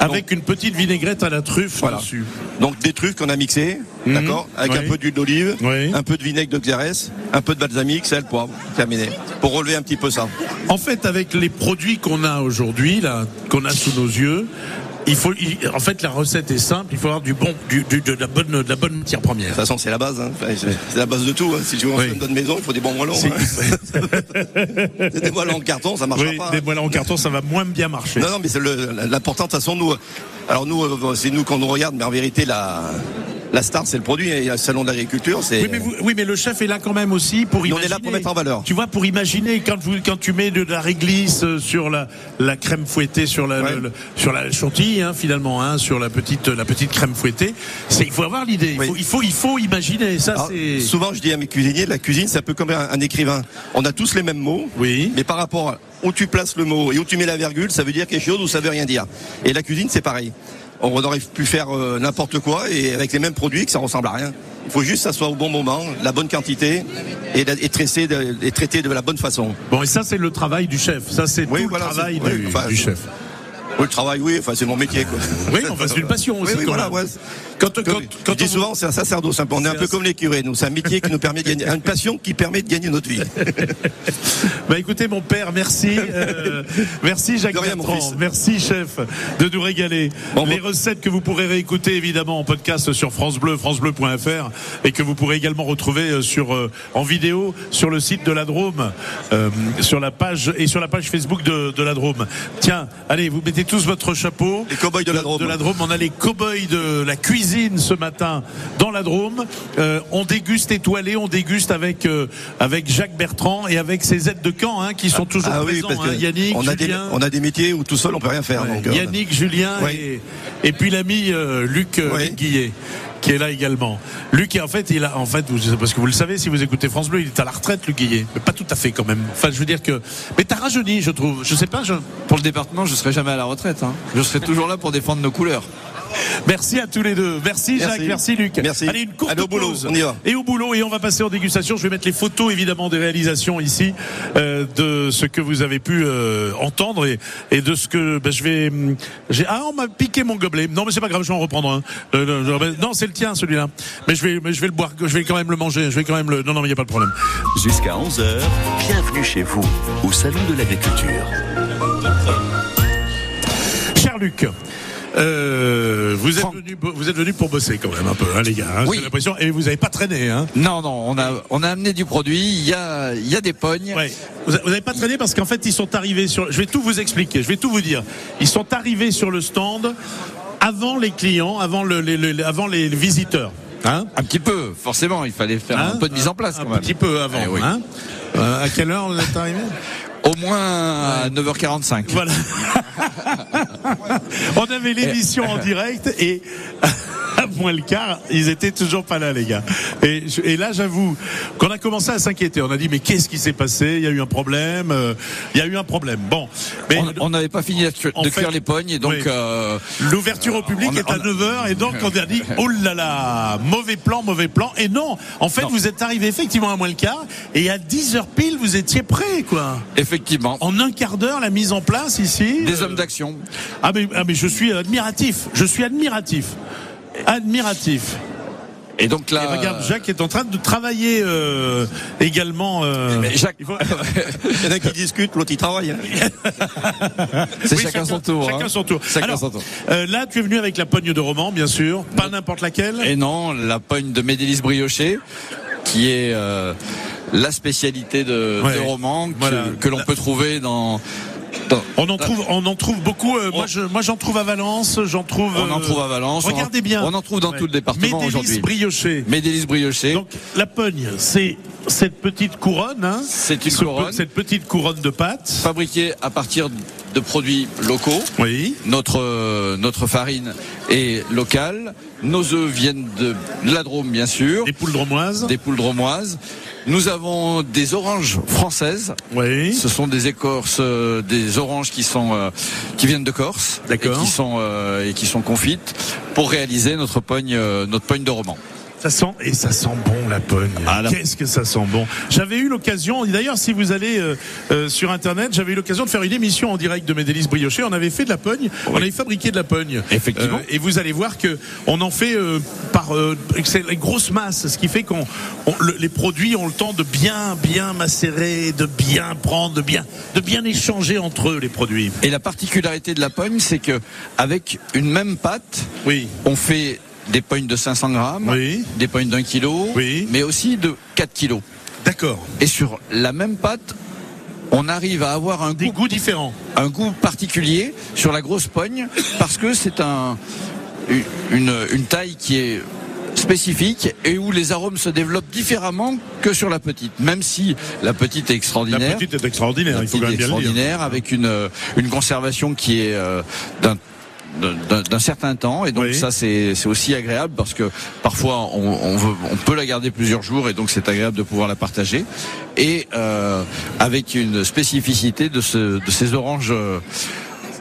Speaker 3: Avec une petite vinaigrette à la truffe
Speaker 5: Voilà.
Speaker 3: dessus.
Speaker 5: Donc des truffes qu'on a mixés, d'accord, avec
Speaker 3: Mhm. oui.
Speaker 5: un peu d'huile d'olive,
Speaker 3: Oui.
Speaker 5: un peu de vinaigre de Xérès, un peu de balsamique, sel, poivre, terminé. Pour relever un petit peu ça.
Speaker 3: En fait, avec les produits qu'on a aujourd'hui là, qu'on a sous nos yeux. il faut, il- en fait, la recette est simple. Il faut avoir du bon, du, du- de la bonne, de la bonne matière première.
Speaker 5: toute façon, c'est la base. hein. Enfin, C'est c'est la base de tout. hein. Si tu veux
Speaker 3: Oui.
Speaker 5: construire une bonne maison, il faut des bons moellons. hein. C'est des moellons en carton, ça marchera
Speaker 3: Oui,
Speaker 5: pas.
Speaker 3: des
Speaker 5: hein.
Speaker 3: moellons en carton, ça va moins bien marcher.
Speaker 5: Non, non, mais c'est le- l'important, de toute façon, nous. euh, Alors, nous, euh, c'est nous qu'on nous regarde, mais en vérité, la, la star, c'est le produit. Et le salon de l'agriculture, c'est.
Speaker 3: Oui mais, vous- oui, mais le chef est là quand même aussi pour
Speaker 5: Et on
Speaker 3: imaginer.
Speaker 5: est là pour mettre en valeur.
Speaker 3: Tu vois, pour imaginer quand, vous, quand tu mets de la réglisse euh, sur la, la crème fouettée, sur la,
Speaker 5: Ouais.
Speaker 3: le- le- sur la chantilly, hein, finalement, hein, sur la petite, la petite crème fouettée, c'est, il faut avoir l'idée. Il,
Speaker 5: Oui.
Speaker 3: faut, il, faut, il faut imaginer. Ça,
Speaker 5: Alors,
Speaker 3: c'est.
Speaker 5: Ah, souvent, je dis à mes cuisiniers, la cuisine, c'est un peu comme un, un écrivain. On a tous les mêmes mots,
Speaker 3: Oui.
Speaker 5: mais par rapport à où tu places le mot et où tu mets la virgule, ça veut dire quelque chose ou ça veut rien dire. Et la cuisine, c'est pareil. On aurait pu faire euh, n'importe quoi et avec les mêmes produits que ça ressemble à rien. Il faut juste que ça soit au bon moment, la bonne quantité et, la- et traiter, de, et traiter de la bonne façon.
Speaker 3: Bon, et ça, c'est le travail du chef. Ça, c'est
Speaker 5: Oui,
Speaker 3: tout
Speaker 5: voilà,
Speaker 3: le travail
Speaker 5: c'est-
Speaker 3: du,
Speaker 5: oui, enfin,
Speaker 3: du
Speaker 5: c'est-
Speaker 3: chef.
Speaker 5: Oui, le travail, oui, enfin, c'est mon métier. Quoi.
Speaker 3: Oui, on va c'est une passion
Speaker 5: Oui,
Speaker 3: aussi.
Speaker 5: oui,
Speaker 3: quand
Speaker 5: voilà,
Speaker 3: même.
Speaker 5: ouais.
Speaker 3: Quand, quand,
Speaker 5: Comme-
Speaker 3: quand
Speaker 5: je dis
Speaker 3: on-
Speaker 5: souvent, c'est un sacerdoce. hein. On est un
Speaker 3: C'est
Speaker 5: peu
Speaker 3: un-
Speaker 5: comme les curés, nous. C'est un métier qui nous permet de gagner, une passion qui permet de gagner notre vie.
Speaker 3: Bah écoutez mon père, merci, euh, merci Jacques
Speaker 5: De rien, mon
Speaker 3: Bertrand,
Speaker 5: fils.
Speaker 3: merci chef de nous régaler.
Speaker 5: Bon,
Speaker 3: Les
Speaker 5: bon.
Speaker 3: recettes que vous pourrez réécouter évidemment en podcast sur France Bleu, francebleu.fr et que vous pourrez également retrouver euh, sur euh, en vidéo sur le site de la Drôme, euh, sur la page et sur la page Facebook de, de la Drôme. Tiens, allez, vous mettez tous votre chapeau.
Speaker 5: Les cow-boys de la Drôme.
Speaker 3: De la Drôme, on a les cow-boys de la cuisine ce matin dans la Drôme. Euh, on déguste étoilé, on déguste avec euh, avec Jacques Bertrand et avec ses aides de camp hein, qui sont toujours
Speaker 5: Ah oui,
Speaker 3: présents.
Speaker 5: parce
Speaker 3: hein.
Speaker 5: que
Speaker 3: Yannick,
Speaker 5: on, a des,
Speaker 3: Julien,
Speaker 5: on a des métiers où tout seul on peut rien faire.
Speaker 3: Ouais,
Speaker 5: donc, euh,
Speaker 3: Yannick, Julien
Speaker 5: Oui.
Speaker 3: et, et puis l'ami euh, Luc, euh,
Speaker 5: Oui.
Speaker 3: Luc Guillet qui est là également. Luc est en fait, il a en fait, vous, parce que vous le savez, si vous écoutez France Bleu, il est à la retraite, Luc Guillet, mais pas tout à fait quand même. Enfin, je veux dire que, mais t'as rajeuni, je trouve. Je sais pas. Je...
Speaker 4: Pour le département, je serai jamais à la retraite. hein. Je serai toujours là pour défendre nos couleurs.
Speaker 3: Merci à tous les deux. Merci Jacques, merci,
Speaker 5: Merci.
Speaker 3: Luc.
Speaker 5: Merci.
Speaker 3: Allez, une courte
Speaker 5: Allez, au boulot,
Speaker 3: pause.
Speaker 5: on y va.
Speaker 3: Et au boulot, et on va passer en dégustation. Je vais mettre les photos évidemment des réalisations ici, euh, de ce que vous avez pu euh, entendre et, et de ce que ben, je vais. hum, J'ai ah on m'a piqué mon gobelet. Non mais c'est pas grave, je vais en reprendre un. Le- le- le- non c'est le tien celui-là. Mais je vais mais je vais le boire, je vais quand même le manger, je vais quand même le. Non non mais y a pas de problème.
Speaker 1: Jusqu'à 11h, bienvenue chez vous au Salon de l'Agriculture.
Speaker 3: Cher Luc. euh, vous êtes
Speaker 4: Franck.
Speaker 3: venu, bo- vous êtes venu pour bosser quand même un peu, hein, les gars. hein,
Speaker 4: Oui.
Speaker 3: J'ai l'impression et vous avez pas traîné, hein.
Speaker 4: Non, non, on a, on a amené du produit. Il y a, il y a des pognes.
Speaker 3: Ouais. Vous a- vous n'avez pas traîné parce qu'en fait ils sont arrivés sur. Je vais tout vous expliquer. Je vais tout vous dire. Ils sont arrivés sur le stand avant les clients, avant le- les, les- avant les visiteurs. Hein
Speaker 4: Un petit peu, forcément. Il fallait faire
Speaker 3: Hein
Speaker 4: un peu de mise en place
Speaker 3: Un
Speaker 4: quand même.
Speaker 3: petit peu avant.
Speaker 4: Eh oui.
Speaker 3: hein Euh, à quelle heure vous êtes arrivés
Speaker 4: Au moins à 9h45.
Speaker 3: Voilà. On avait l'émission
Speaker 4: Eh.
Speaker 3: en direct et à moins le quart, ils étaient toujours pas là, les gars. Et, je- et là, j'avoue qu'on a commencé à s'inquiéter. On a dit mais qu'est-ce qui s'est passé Il y a eu un problème. euh, Il y a eu un problème. Bon, mais
Speaker 4: On- On n'avait pas fini de cu-
Speaker 3: En
Speaker 4: de
Speaker 3: fait,
Speaker 4: cuire les pognes et donc
Speaker 3: oui.
Speaker 4: euh,
Speaker 3: L'ouverture au public
Speaker 4: on a-
Speaker 3: est à
Speaker 4: on a-
Speaker 3: 9h et donc on a dit oh là là, mauvais plan, mauvais plan. Et non, en fait
Speaker 4: Non.
Speaker 3: vous êtes arrivé effectivement à moins le quart et à 10h pile vous étiez prêt quoi.
Speaker 4: effectivement,
Speaker 3: En un quart d'heure la mise en place ici.
Speaker 4: des
Speaker 3: euh,
Speaker 4: hommes d'action.
Speaker 3: Ah mais, ah mais je suis admiratif, je suis admiratif. Admiratif.
Speaker 4: Et donc
Speaker 3: Et
Speaker 4: là,
Speaker 3: regarde, Jacques est en train de travailler euh, également. euh,
Speaker 4: Mais Jacques-
Speaker 3: il faut-
Speaker 5: Il y en a qui discutent, l'autre il travaille. hein.
Speaker 4: c'est
Speaker 3: Oui,
Speaker 4: chacun son tour.
Speaker 3: Chacun
Speaker 4: hein.
Speaker 3: son tour.
Speaker 4: Chacun
Speaker 3: Alors,
Speaker 4: son tour.
Speaker 3: euh, là, tu es venu avec la pogne de roman, bien sûr. Pas n'importe laquelle.
Speaker 4: Et non, la pogne de Médélis Briochet, qui est euh, la spécialité de,
Speaker 3: Ouais.
Speaker 4: de Roman, que,
Speaker 3: Voilà.
Speaker 4: que l'on peut trouver dans. dans-
Speaker 3: On en trouve, on en trouve beaucoup. euh, moi, je, moi, j'en trouve à Valence, j'en trouve.
Speaker 4: on en
Speaker 3: euh,
Speaker 4: trouve à Valence. on en-
Speaker 3: Regardez bien.
Speaker 4: On en trouve dans
Speaker 3: Ouais.
Speaker 4: tout le département
Speaker 3: Médélis
Speaker 4: aujourd'hui.
Speaker 3: brioché.
Speaker 4: Médélis Briochet.
Speaker 3: Donc la pogne, c'est cette petite couronne. Hein,
Speaker 4: C'est une
Speaker 3: Ce pe-
Speaker 4: couronne.
Speaker 3: Cette petite couronne de pâte.
Speaker 4: fabriquée à partir de produits locaux.
Speaker 3: Oui.
Speaker 4: Notre, euh, notre farine est locale. Nos œufs viennent de la Drôme, bien sûr,
Speaker 3: Des poules dromoises.
Speaker 4: des poules drômoises. Nous avons des oranges françaises.
Speaker 3: Oui.
Speaker 4: Ce sont des écorces, euh, des oranges qui sont euh, qui viennent de Corse, et
Speaker 3: D'accord.
Speaker 4: qui sont euh, et qui sont confites pour réaliser notre pogne, euh, notre pogne de roman.
Speaker 3: Ça sent et ça sent bon la pogne.
Speaker 4: Ah, la-
Speaker 3: Qu'est-ce que ça sent bon. J'avais eu l'occasion. D'ailleurs, si vous allez euh, euh, sur internet, j'avais eu l'occasion de faire une émission en direct de Médélis Brioché. On avait fait de la pogne. On avait fabriqué de la pogne.
Speaker 4: Effectivement.
Speaker 3: Euh, et vous allez voir que on en fait euh, par euh, c'est les grosses masses, ce qui fait qu'on on- le- les produits ont le temps de bien bien macérer, de bien prendre, de bien de bien échanger entre eux les produits.
Speaker 4: Et la particularité de la pogne, c'est que avec une même pâte,
Speaker 3: Oui.
Speaker 4: on fait des pognes de 500 grammes,
Speaker 3: Oui.
Speaker 4: des pognes d'un kilo,
Speaker 3: Oui.
Speaker 4: mais aussi de 4 kilos.
Speaker 3: D'accord.
Speaker 4: Et sur la même pâte, on arrive à avoir un
Speaker 3: Des
Speaker 4: goût,
Speaker 3: goûts différents.
Speaker 4: un goût particulier sur la grosse pogne parce que c'est un, une, une taille qui est spécifique et où les arômes se développent différemment que sur la petite. Même si la petite est
Speaker 3: La
Speaker 4: extraordinaire,
Speaker 3: petite est extraordinaire.
Speaker 4: un
Speaker 3: Il faut
Speaker 4: type
Speaker 3: quand même bien le dire.
Speaker 4: extraordinaire avec une euh, une conservation qui est euh, d'un d'un- d'un certain temps et donc
Speaker 3: Oui.
Speaker 4: ça c'est c'est aussi agréable parce que parfois on, on veut- on peut la garder plusieurs jours et donc c'est agréable de pouvoir la partager et euh, avec une spécificité de, ce, de ces oranges euh,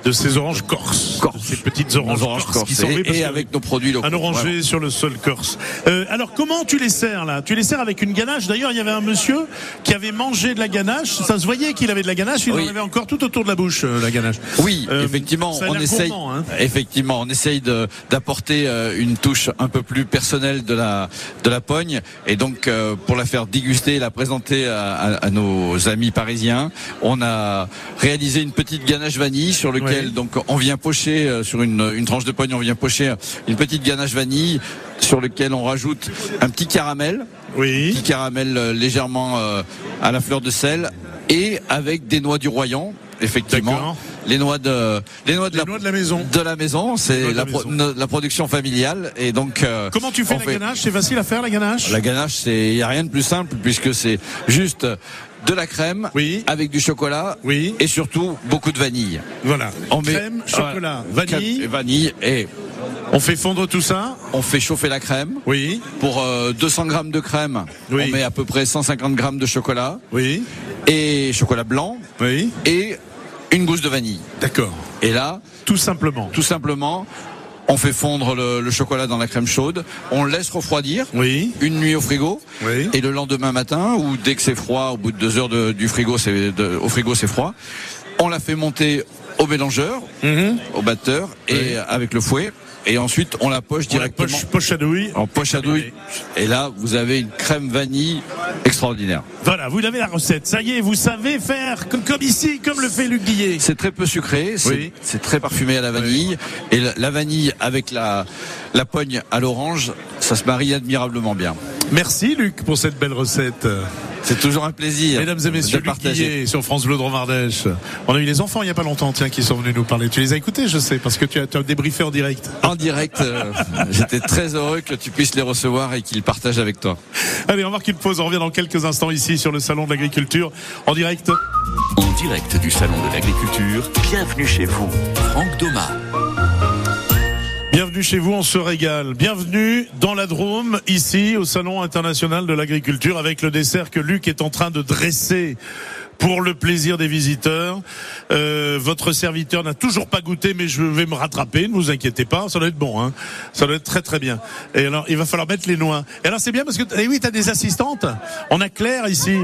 Speaker 3: de ces oranges corses,
Speaker 4: Corse.
Speaker 3: de ces petites oranges,
Speaker 4: oranges
Speaker 3: corses,
Speaker 4: corses
Speaker 3: qui sont
Speaker 4: et,
Speaker 3: oui, parce
Speaker 4: et
Speaker 3: que-
Speaker 4: avec nos produits locaux
Speaker 3: un orangé
Speaker 4: Voilà.
Speaker 3: sur le sol corse. Euh, alors comment tu les sers là Tu les sers avec une ganache. D'ailleurs, il y avait un monsieur qui avait mangé de la ganache. Ça se voyait qu'il avait de la ganache. Il
Speaker 4: Oui.
Speaker 3: en avait encore tout autour de la bouche euh, la ganache.
Speaker 4: Oui,
Speaker 3: Euh,
Speaker 4: effectivement,
Speaker 3: ça a
Speaker 4: on
Speaker 3: l'air
Speaker 4: essaye.
Speaker 3: gourmand, hein.
Speaker 4: Effectivement, on essaye de- d'apporter euh, une touche un peu plus personnelle de la de la pogne, et donc euh, pour la faire déguster, et la présenter à, à- à nos amis parisiens, on a réalisé une petite ganache vanille sur
Speaker 3: Ouais.
Speaker 4: lequel donc on vient pocher euh, sur une, une tranche de pogne, on vient pocher une petite ganache vanille sur lequel on rajoute un petit caramel
Speaker 3: Oui.
Speaker 4: petit caramel euh, légèrement euh, à la fleur de sel et avec des noix du Royan,
Speaker 3: D'accord.
Speaker 4: effectivement. Les noix de les noix de,
Speaker 3: Les
Speaker 4: la,
Speaker 3: noix de la maison.
Speaker 4: de la maison,
Speaker 3: noix
Speaker 4: c'est
Speaker 3: de
Speaker 4: la,
Speaker 3: la
Speaker 4: pro-
Speaker 3: maison.
Speaker 4: no- la production familiale et donc euh,
Speaker 3: Comment tu fais
Speaker 4: on
Speaker 3: la
Speaker 4: fait-
Speaker 3: ganache C'est facile à faire la ganache.
Speaker 4: La ganache, c'est y a rien de plus simple puisque c'est juste de la crème
Speaker 3: Oui.
Speaker 4: avec du chocolat
Speaker 3: Oui.
Speaker 4: et surtout beaucoup de vanille.
Speaker 3: Voilà.
Speaker 4: On met-
Speaker 3: crème, chocolat,
Speaker 4: Voilà.
Speaker 3: vanille.
Speaker 4: Crème et vanille et
Speaker 3: On fait fondre tout ça.
Speaker 4: on fait chauffer la crème.
Speaker 3: Oui.
Speaker 4: Pour euh, 200 grammes de crème,
Speaker 3: Oui.
Speaker 4: on met à peu près 150 grammes de chocolat
Speaker 3: Oui.
Speaker 4: et chocolat blanc.
Speaker 3: Oui.
Speaker 4: et une gousse de vanille.
Speaker 3: D'accord.
Speaker 4: Et là,
Speaker 3: Tout simplement.
Speaker 4: tout simplement, on fait fondre le, le chocolat dans la crème chaude, on le laisse refroidir.
Speaker 3: Oui.
Speaker 4: Une nuit au frigo
Speaker 3: Oui.
Speaker 4: et le lendemain matin ou dès que c'est froid, au bout de deux heures de- du frigo, c'est de- au frigo c'est froid. On la fait monter au mélangeur,
Speaker 3: Mhm.
Speaker 4: au batteur et avec le fouet et ensuite on la poche
Speaker 3: On la
Speaker 4: directement Oh.
Speaker 3: poche, poche à douille.
Speaker 4: en poche à douille. Et là vous avez une crème vanille extraordinaire.
Speaker 3: Voilà, vous avez la recette. Ça y est, vous savez faire comme, comme ici, comme le fait Luc Guillet.
Speaker 4: C'est très peu sucré, c'est
Speaker 3: Oui.
Speaker 4: c'est très parfumé à la vanille. Et la, la vanille avec la, la pogne à l'orange, ça se marie admirablement bien.
Speaker 3: Merci Luc pour cette belle recette.
Speaker 4: C'est toujours un plaisir.
Speaker 3: Mesdames et messieurs,
Speaker 4: de
Speaker 3: Luc
Speaker 4: partager.
Speaker 3: Guillet sur France Bleu de Romardèche. On a eu les enfants il n'y a pas longtemps, tiens, qui sont venus nous parler. Tu les as écoutés, je sais, parce que tu as, tu as débriefé en direct.
Speaker 4: En direct, euh, j'étais très heureux que tu puisses les recevoir et qu'ils partagent avec toi.
Speaker 3: Allez, on marque une pause. On revient dans quelques instants ici sur le Salon de l'Agriculture en direct.
Speaker 1: En direct du Salon de l'Agriculture, bienvenue chez vous, Franck Doma.
Speaker 3: Bienvenue chez vous, on se régale. Bienvenue dans la Drôme, ici au Salon international de l'agriculture, avec le dessert que Luc est en train de dresser pour le plaisir des visiteurs. Euh, votre serviteur n'a toujours pas goûté, mais je vais me rattraper, ne vous inquiétez pas, ça doit être bon, hein. ça doit être très très bien. Et alors, il va falloir mettre les noix. Et alors, c'est bien parce que, eh oui, t'as des assistantes. On a Claire ici.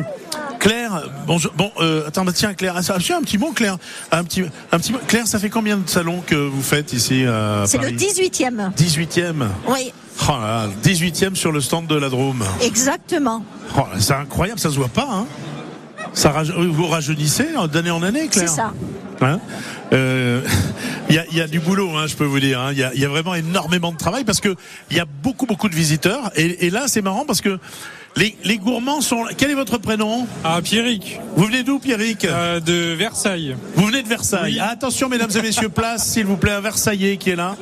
Speaker 3: Claire, bonjour. Bon, euh, attends, bah, tiens, Claire, ah, ça- tiens, un petit mot, Claire. Un petit, un petit mot. Claire, ça fait combien de salons que vous faites ici à
Speaker 10: C'est le
Speaker 3: Paris
Speaker 10: 18e.
Speaker 3: 18e.
Speaker 10: Oui,
Speaker 3: Oh là là, 18e sur le stand de la Drôme.
Speaker 10: exactement.
Speaker 3: Oh là, c'est incroyable, ça se voit pas. Hein ça raje- euh, vous rajeunissez hein, d'année en année, Claire.
Speaker 10: C'est ça.
Speaker 3: Hein Euh, Il y, a, il y a du boulot, hein, je peux vous dire. hein. Il y, a, il y a vraiment énormément de travail parce que il y a beaucoup, beaucoup de visiteurs. Et, et là, c'est marrant parce que les, les gourmands sont. là. Quel est votre prénom
Speaker 11: À Ah, Pierrick,
Speaker 3: Vous venez d'où, Pierrick
Speaker 11: euh, de Versailles.
Speaker 3: Vous venez de Versailles. Ah, attention, mesdames et messieurs, place, s'il vous plaît, à Versaillais qui est là.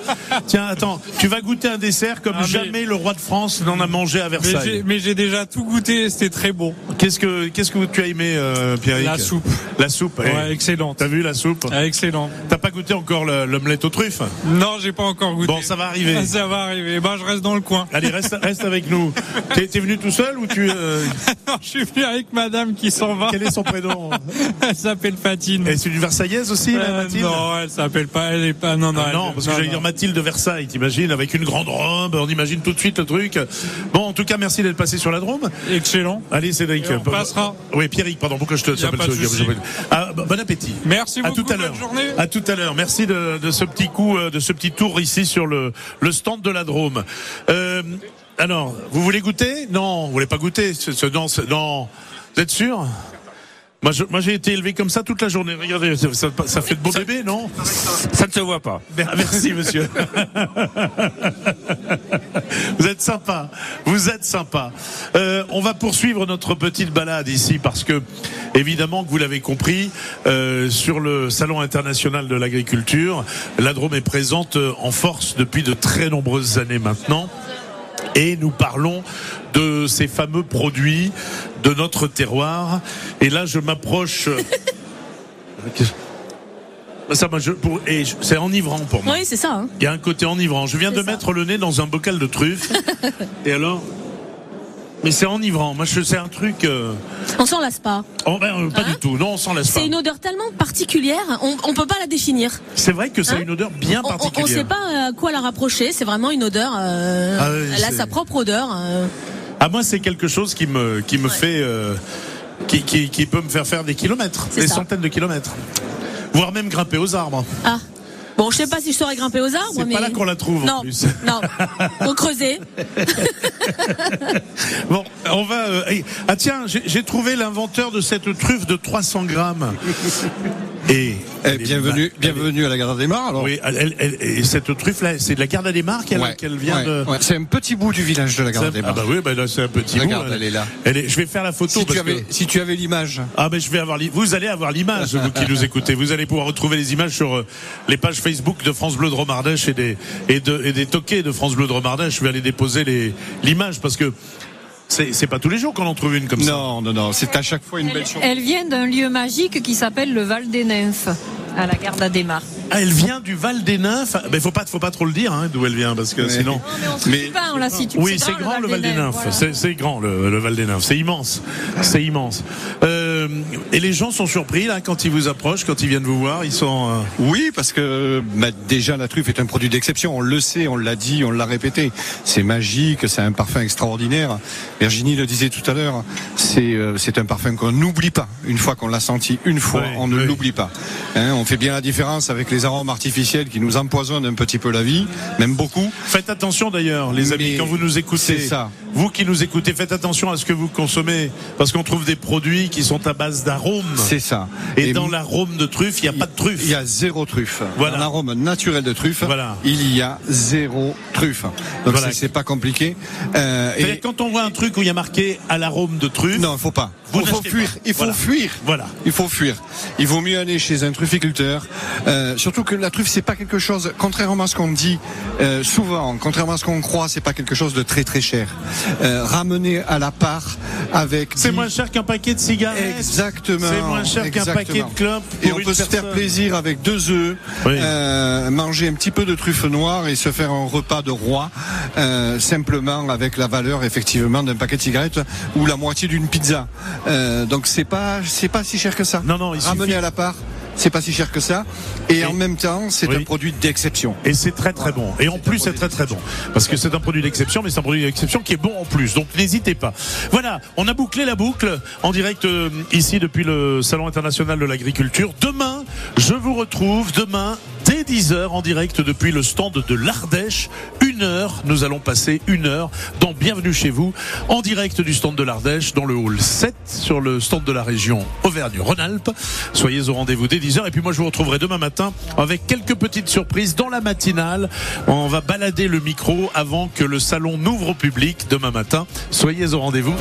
Speaker 3: Tiens, attends, tu vas goûter un dessert comme
Speaker 11: Ah, mais-
Speaker 3: jamais le roi de France n'en a mangé à
Speaker 11: Mais j'ai-
Speaker 3: Versailles.
Speaker 11: Mais j'ai déjà tout goûté, c'était très bon.
Speaker 3: Qu'est-ce que qu'est-ce que tu as aimé, euh, Pierrick
Speaker 11: La soupe.
Speaker 3: La soupe. eh.
Speaker 11: Ouais, excellente.
Speaker 3: T'as vu la soupe
Speaker 11: Ah, Excellent.
Speaker 3: T'as pas goûté encore le- l'omelette aux truffes
Speaker 11: Non, j'ai pas encore goûté.
Speaker 3: Bon, ça va arriver.
Speaker 11: Ah, Ça va arriver. Ben, Bah, je reste dans le coin.
Speaker 3: Allez, reste, reste avec nous. T'es t'es venu tout seul ou tu. euh,
Speaker 1: Non, je suis venu avec madame qui s'en va.
Speaker 3: quel est son prénom
Speaker 1: Elle s'appelle Fatine.
Speaker 3: Et c'est une Versaillaise aussi, la
Speaker 1: Euh,
Speaker 3: Mathilde
Speaker 1: non, elle s'appelle pas. Elle est pas. Non, non.
Speaker 3: Ah
Speaker 1: elle-
Speaker 3: non, parce que j'allais
Speaker 1: non.
Speaker 3: dire Mathilde de Versailles, t'imagines, avec une grande robe, on imagine tout de suite le truc. Bon, en tout cas, merci d'être passé sur la Drôme.
Speaker 1: Excellent.
Speaker 3: Allez, Cédric.
Speaker 1: Et on passera.
Speaker 3: Oui, Pierrick, pardon, pourquoi je te
Speaker 1: Y a
Speaker 3: s'appelle
Speaker 1: pas de
Speaker 3: Sophie,
Speaker 1: souci.
Speaker 3: Ah, bah, Bon appétit.
Speaker 1: Merci
Speaker 3: À
Speaker 1: beaucoup.
Speaker 3: tout à
Speaker 1: bonne
Speaker 3: l'heure.
Speaker 1: journée.
Speaker 3: À tout à l'heure. Merci de, de ce petit coup, euh, de ce petit tour ici sur le, le stand de la Drôme. Euh, alors, vous voulez goûter Non, vous voulez pas goûter. Ce, ce- non, ce- non. Vous êtes sûr moi, je- moi, j'ai été élevé comme ça toute la journée. Regardez, ça, ça- ça fait de beaux bébés, non
Speaker 1: Ça ne se voit pas.
Speaker 3: Mer- Merci, monsieur. vous êtes sympa. Vous êtes sympa. Euh, on va poursuivre notre petite balade ici parce que, évidemment, que vous l'avez compris, euh, sur le Salon international de l'agriculture, la Drôme est présente euh, en force depuis de très nombreuses années maintenant et nous parlons de ces fameux produits de notre terroir. Et là, je m'approche. euh, Ça, moi, je, pour, et je- c'est enivrant pour moi.
Speaker 9: Oui, c'est ça. hein.
Speaker 3: Il y a un côté enivrant. Je viens
Speaker 9: C'est
Speaker 3: de
Speaker 9: ça.
Speaker 3: mettre le nez dans un bocal de truffes. et alors Mais c'est enivrant. Moi, je, c'est un truc. euh,
Speaker 9: On s'en lasse pas.
Speaker 3: oh, ben, euh, pas
Speaker 9: Hein
Speaker 3: du tout. Non, on s'en lasse pas.
Speaker 9: C'est une odeur tellement particulière, on, on peut pas la définir.
Speaker 3: C'est vrai que ça a
Speaker 9: Hein
Speaker 3: une odeur bien
Speaker 9: On- On, on
Speaker 3: particulière.
Speaker 9: sait pas euh, à quoi la rapprocher. C'est vraiment une odeur. euh,
Speaker 3: Ah oui,
Speaker 9: elle a
Speaker 3: c'est-
Speaker 9: sa propre odeur. euh.
Speaker 3: À Ah, moi, c'est quelque chose qui me, qui me fait. euh, qui, qui, qui peut me faire faire des kilomètres,
Speaker 9: C'est
Speaker 3: des
Speaker 9: ça.
Speaker 3: centaines de kilomètres. Voire même grimper aux arbres.
Speaker 9: Ah. Bon, je sais pas si je saurais grimper aux arbres,
Speaker 3: C'est
Speaker 9: mais.
Speaker 3: pas là qu'on la trouve
Speaker 9: non,
Speaker 3: en plus.
Speaker 9: non. Faut creuser.
Speaker 3: Bon, on va. euh, hey, ah tiens, j'ai j'ai trouvé l'inventeur de cette truffe de 300 grammes. Et.
Speaker 6: Eh, bienvenue, bienvenue à la Garde des Mares. Alors.
Speaker 3: bah, Oui, elle- elle- elle- et cette truffe-là, c'est de la garde à des marques qu'elle
Speaker 6: Ouais,
Speaker 3: qu'elle vient
Speaker 6: ouais,
Speaker 3: de.
Speaker 6: ouais. C'est un petit bout du village de la Garde des
Speaker 3: ah
Speaker 6: Mares.
Speaker 3: bah oui, bah là c'est un petit
Speaker 6: Regarde,
Speaker 3: bout,
Speaker 6: elle est là.
Speaker 3: Elle est- Je vais faire la photo
Speaker 6: si,
Speaker 3: parce
Speaker 6: tu avais,
Speaker 3: que
Speaker 6: si tu avais l'image.
Speaker 3: ah mais je vais avoir l'i- vous allez avoir l'image vous qui nous écoutez vous allez pouvoir retrouver les images sur euh, les pages Facebook de France Bleu de Romardèche et des et de et des toquets de France Bleu de Romardèche je vais aller déposer les l'image parce que c'est c'est pas tous les jours qu'on en trouve une comme ça
Speaker 6: Non, non, non. C'est à chaque fois une belle chose.
Speaker 9: Elle vient d'un lieu magique qui s'appelle le Val des Nymphes, à la garde Adémar.
Speaker 3: Ah, elle vient du Val des Nymphes. Ah, Mais faut pas, faut pas trop le dire hein, d'où elle vient parce que sinon.
Speaker 6: Mais
Speaker 9: Pas, on la situe.
Speaker 3: Oui, c'est grand ah, le Val des Nymphes. C'est- C'est grand le, le Val des Nymphes. C'est immense. C'est immense. Euh, et les gens sont surpris là quand ils vous approchent, quand ils viennent vous voir, ils sont. euh,
Speaker 6: Oui, parce que bah, déjà la truffe est un produit d'exception. On le sait, on l'a dit, on l'a répété. C'est magique, c'est un parfum extraordinaire. Virginie le disait tout à l'heure, c'est euh, c'est un parfum qu'on n'oublie pas. Une fois qu'on l'a senti, une fois,
Speaker 3: Oui,
Speaker 6: on ne
Speaker 3: oui.
Speaker 6: l'oublie pas. Hein, on fait bien la différence avec les arômes artificiels qui nous empoisonnent un petit peu la vie, même beaucoup.
Speaker 3: Faites attention d'ailleurs, les amis,
Speaker 6: Mais
Speaker 3: quand vous nous écoutez.
Speaker 6: c'est ça.
Speaker 3: Vous qui nous écoutez, faites attention à ce que vous consommez parce qu'on trouve des produits qui sont à base d'arômes.
Speaker 6: C'est ça.
Speaker 3: Et,
Speaker 6: Et
Speaker 3: dans
Speaker 6: m-
Speaker 3: l'arôme de truffe, il n'y a pas de truffe.
Speaker 6: Il y a zéro truffe.
Speaker 3: Voilà.
Speaker 6: Un arôme naturel de truffe.
Speaker 3: Voilà.
Speaker 6: Il y a zéro truffe. Donc
Speaker 3: Voilà.
Speaker 6: c'est- c'est pas compliqué. Euh,
Speaker 3: C'est-à-dire,
Speaker 6: et...
Speaker 3: quand on voit un truc où il y a marqué à l'arôme de truffe.
Speaker 6: Non, il faut pas.
Speaker 3: Vous
Speaker 6: il faut
Speaker 3: n'achetez
Speaker 6: fuir.
Speaker 3: pas.
Speaker 6: Il faut
Speaker 3: Voilà.
Speaker 6: fuir.
Speaker 3: Voilà.
Speaker 6: Il faut fuir. Il vaut mieux aller chez un trufficulteur. Euh, surtout que la truffe, c'est pas quelque chose, contrairement à ce qu'on dit euh, souvent, contrairement à ce qu'on croit, c'est pas quelque chose de très très cher. Euh, ramener à la part avec.
Speaker 3: C'est
Speaker 6: dix-
Speaker 3: moins cher qu'un paquet de cigarettes.
Speaker 6: Exactement.
Speaker 3: C'est moins cher qu'un
Speaker 6: Exactement.
Speaker 3: paquet de clopes.
Speaker 6: Et
Speaker 3: pour
Speaker 6: on peut
Speaker 3: une
Speaker 6: se faire
Speaker 3: personne.
Speaker 6: plaisir avec deux œufs,
Speaker 3: Oui.
Speaker 6: euh, manger un petit peu de truffe noire et se faire un repas de roi, euh, simplement avec la valeur effectivement d'un paquet de cigarettes ou la moitié d'une pizza. Euh, donc c'est pas c'est pas si cher que ça.
Speaker 3: Non, non, il
Speaker 6: Ramener
Speaker 3: suffit.
Speaker 6: à la part, c'est pas si cher que ça. Et, en même temps, c'est
Speaker 3: Oui.
Speaker 6: un produit d'exception.
Speaker 3: Et c'est très très bon. Et en plus c'est très très bon. Parce que c'est un produit d'exception, mais c'est un produit d'exception qui est bon en plus. Donc n'hésitez pas. Voilà, on a bouclé la boucle en direct euh, ici depuis le Salon international de l'agriculture. Demain, je vous retrouve demain dès 10h en direct depuis le stand de l'Ardèche. Une heure, nous allons passer une heure dans Bienvenue chez vous, en direct du stand de l'Ardèche, dans le hall 7, sur le stand de la région Auvergne-Rhône-Alpes. Soyez au rendez-vous dès 10h. Et puis moi, je vous retrouverai demain matin avec quelques petites surprises dans la matinale. On va balader le micro avant que le salon n'ouvre au public demain matin. Soyez au rendez-vous.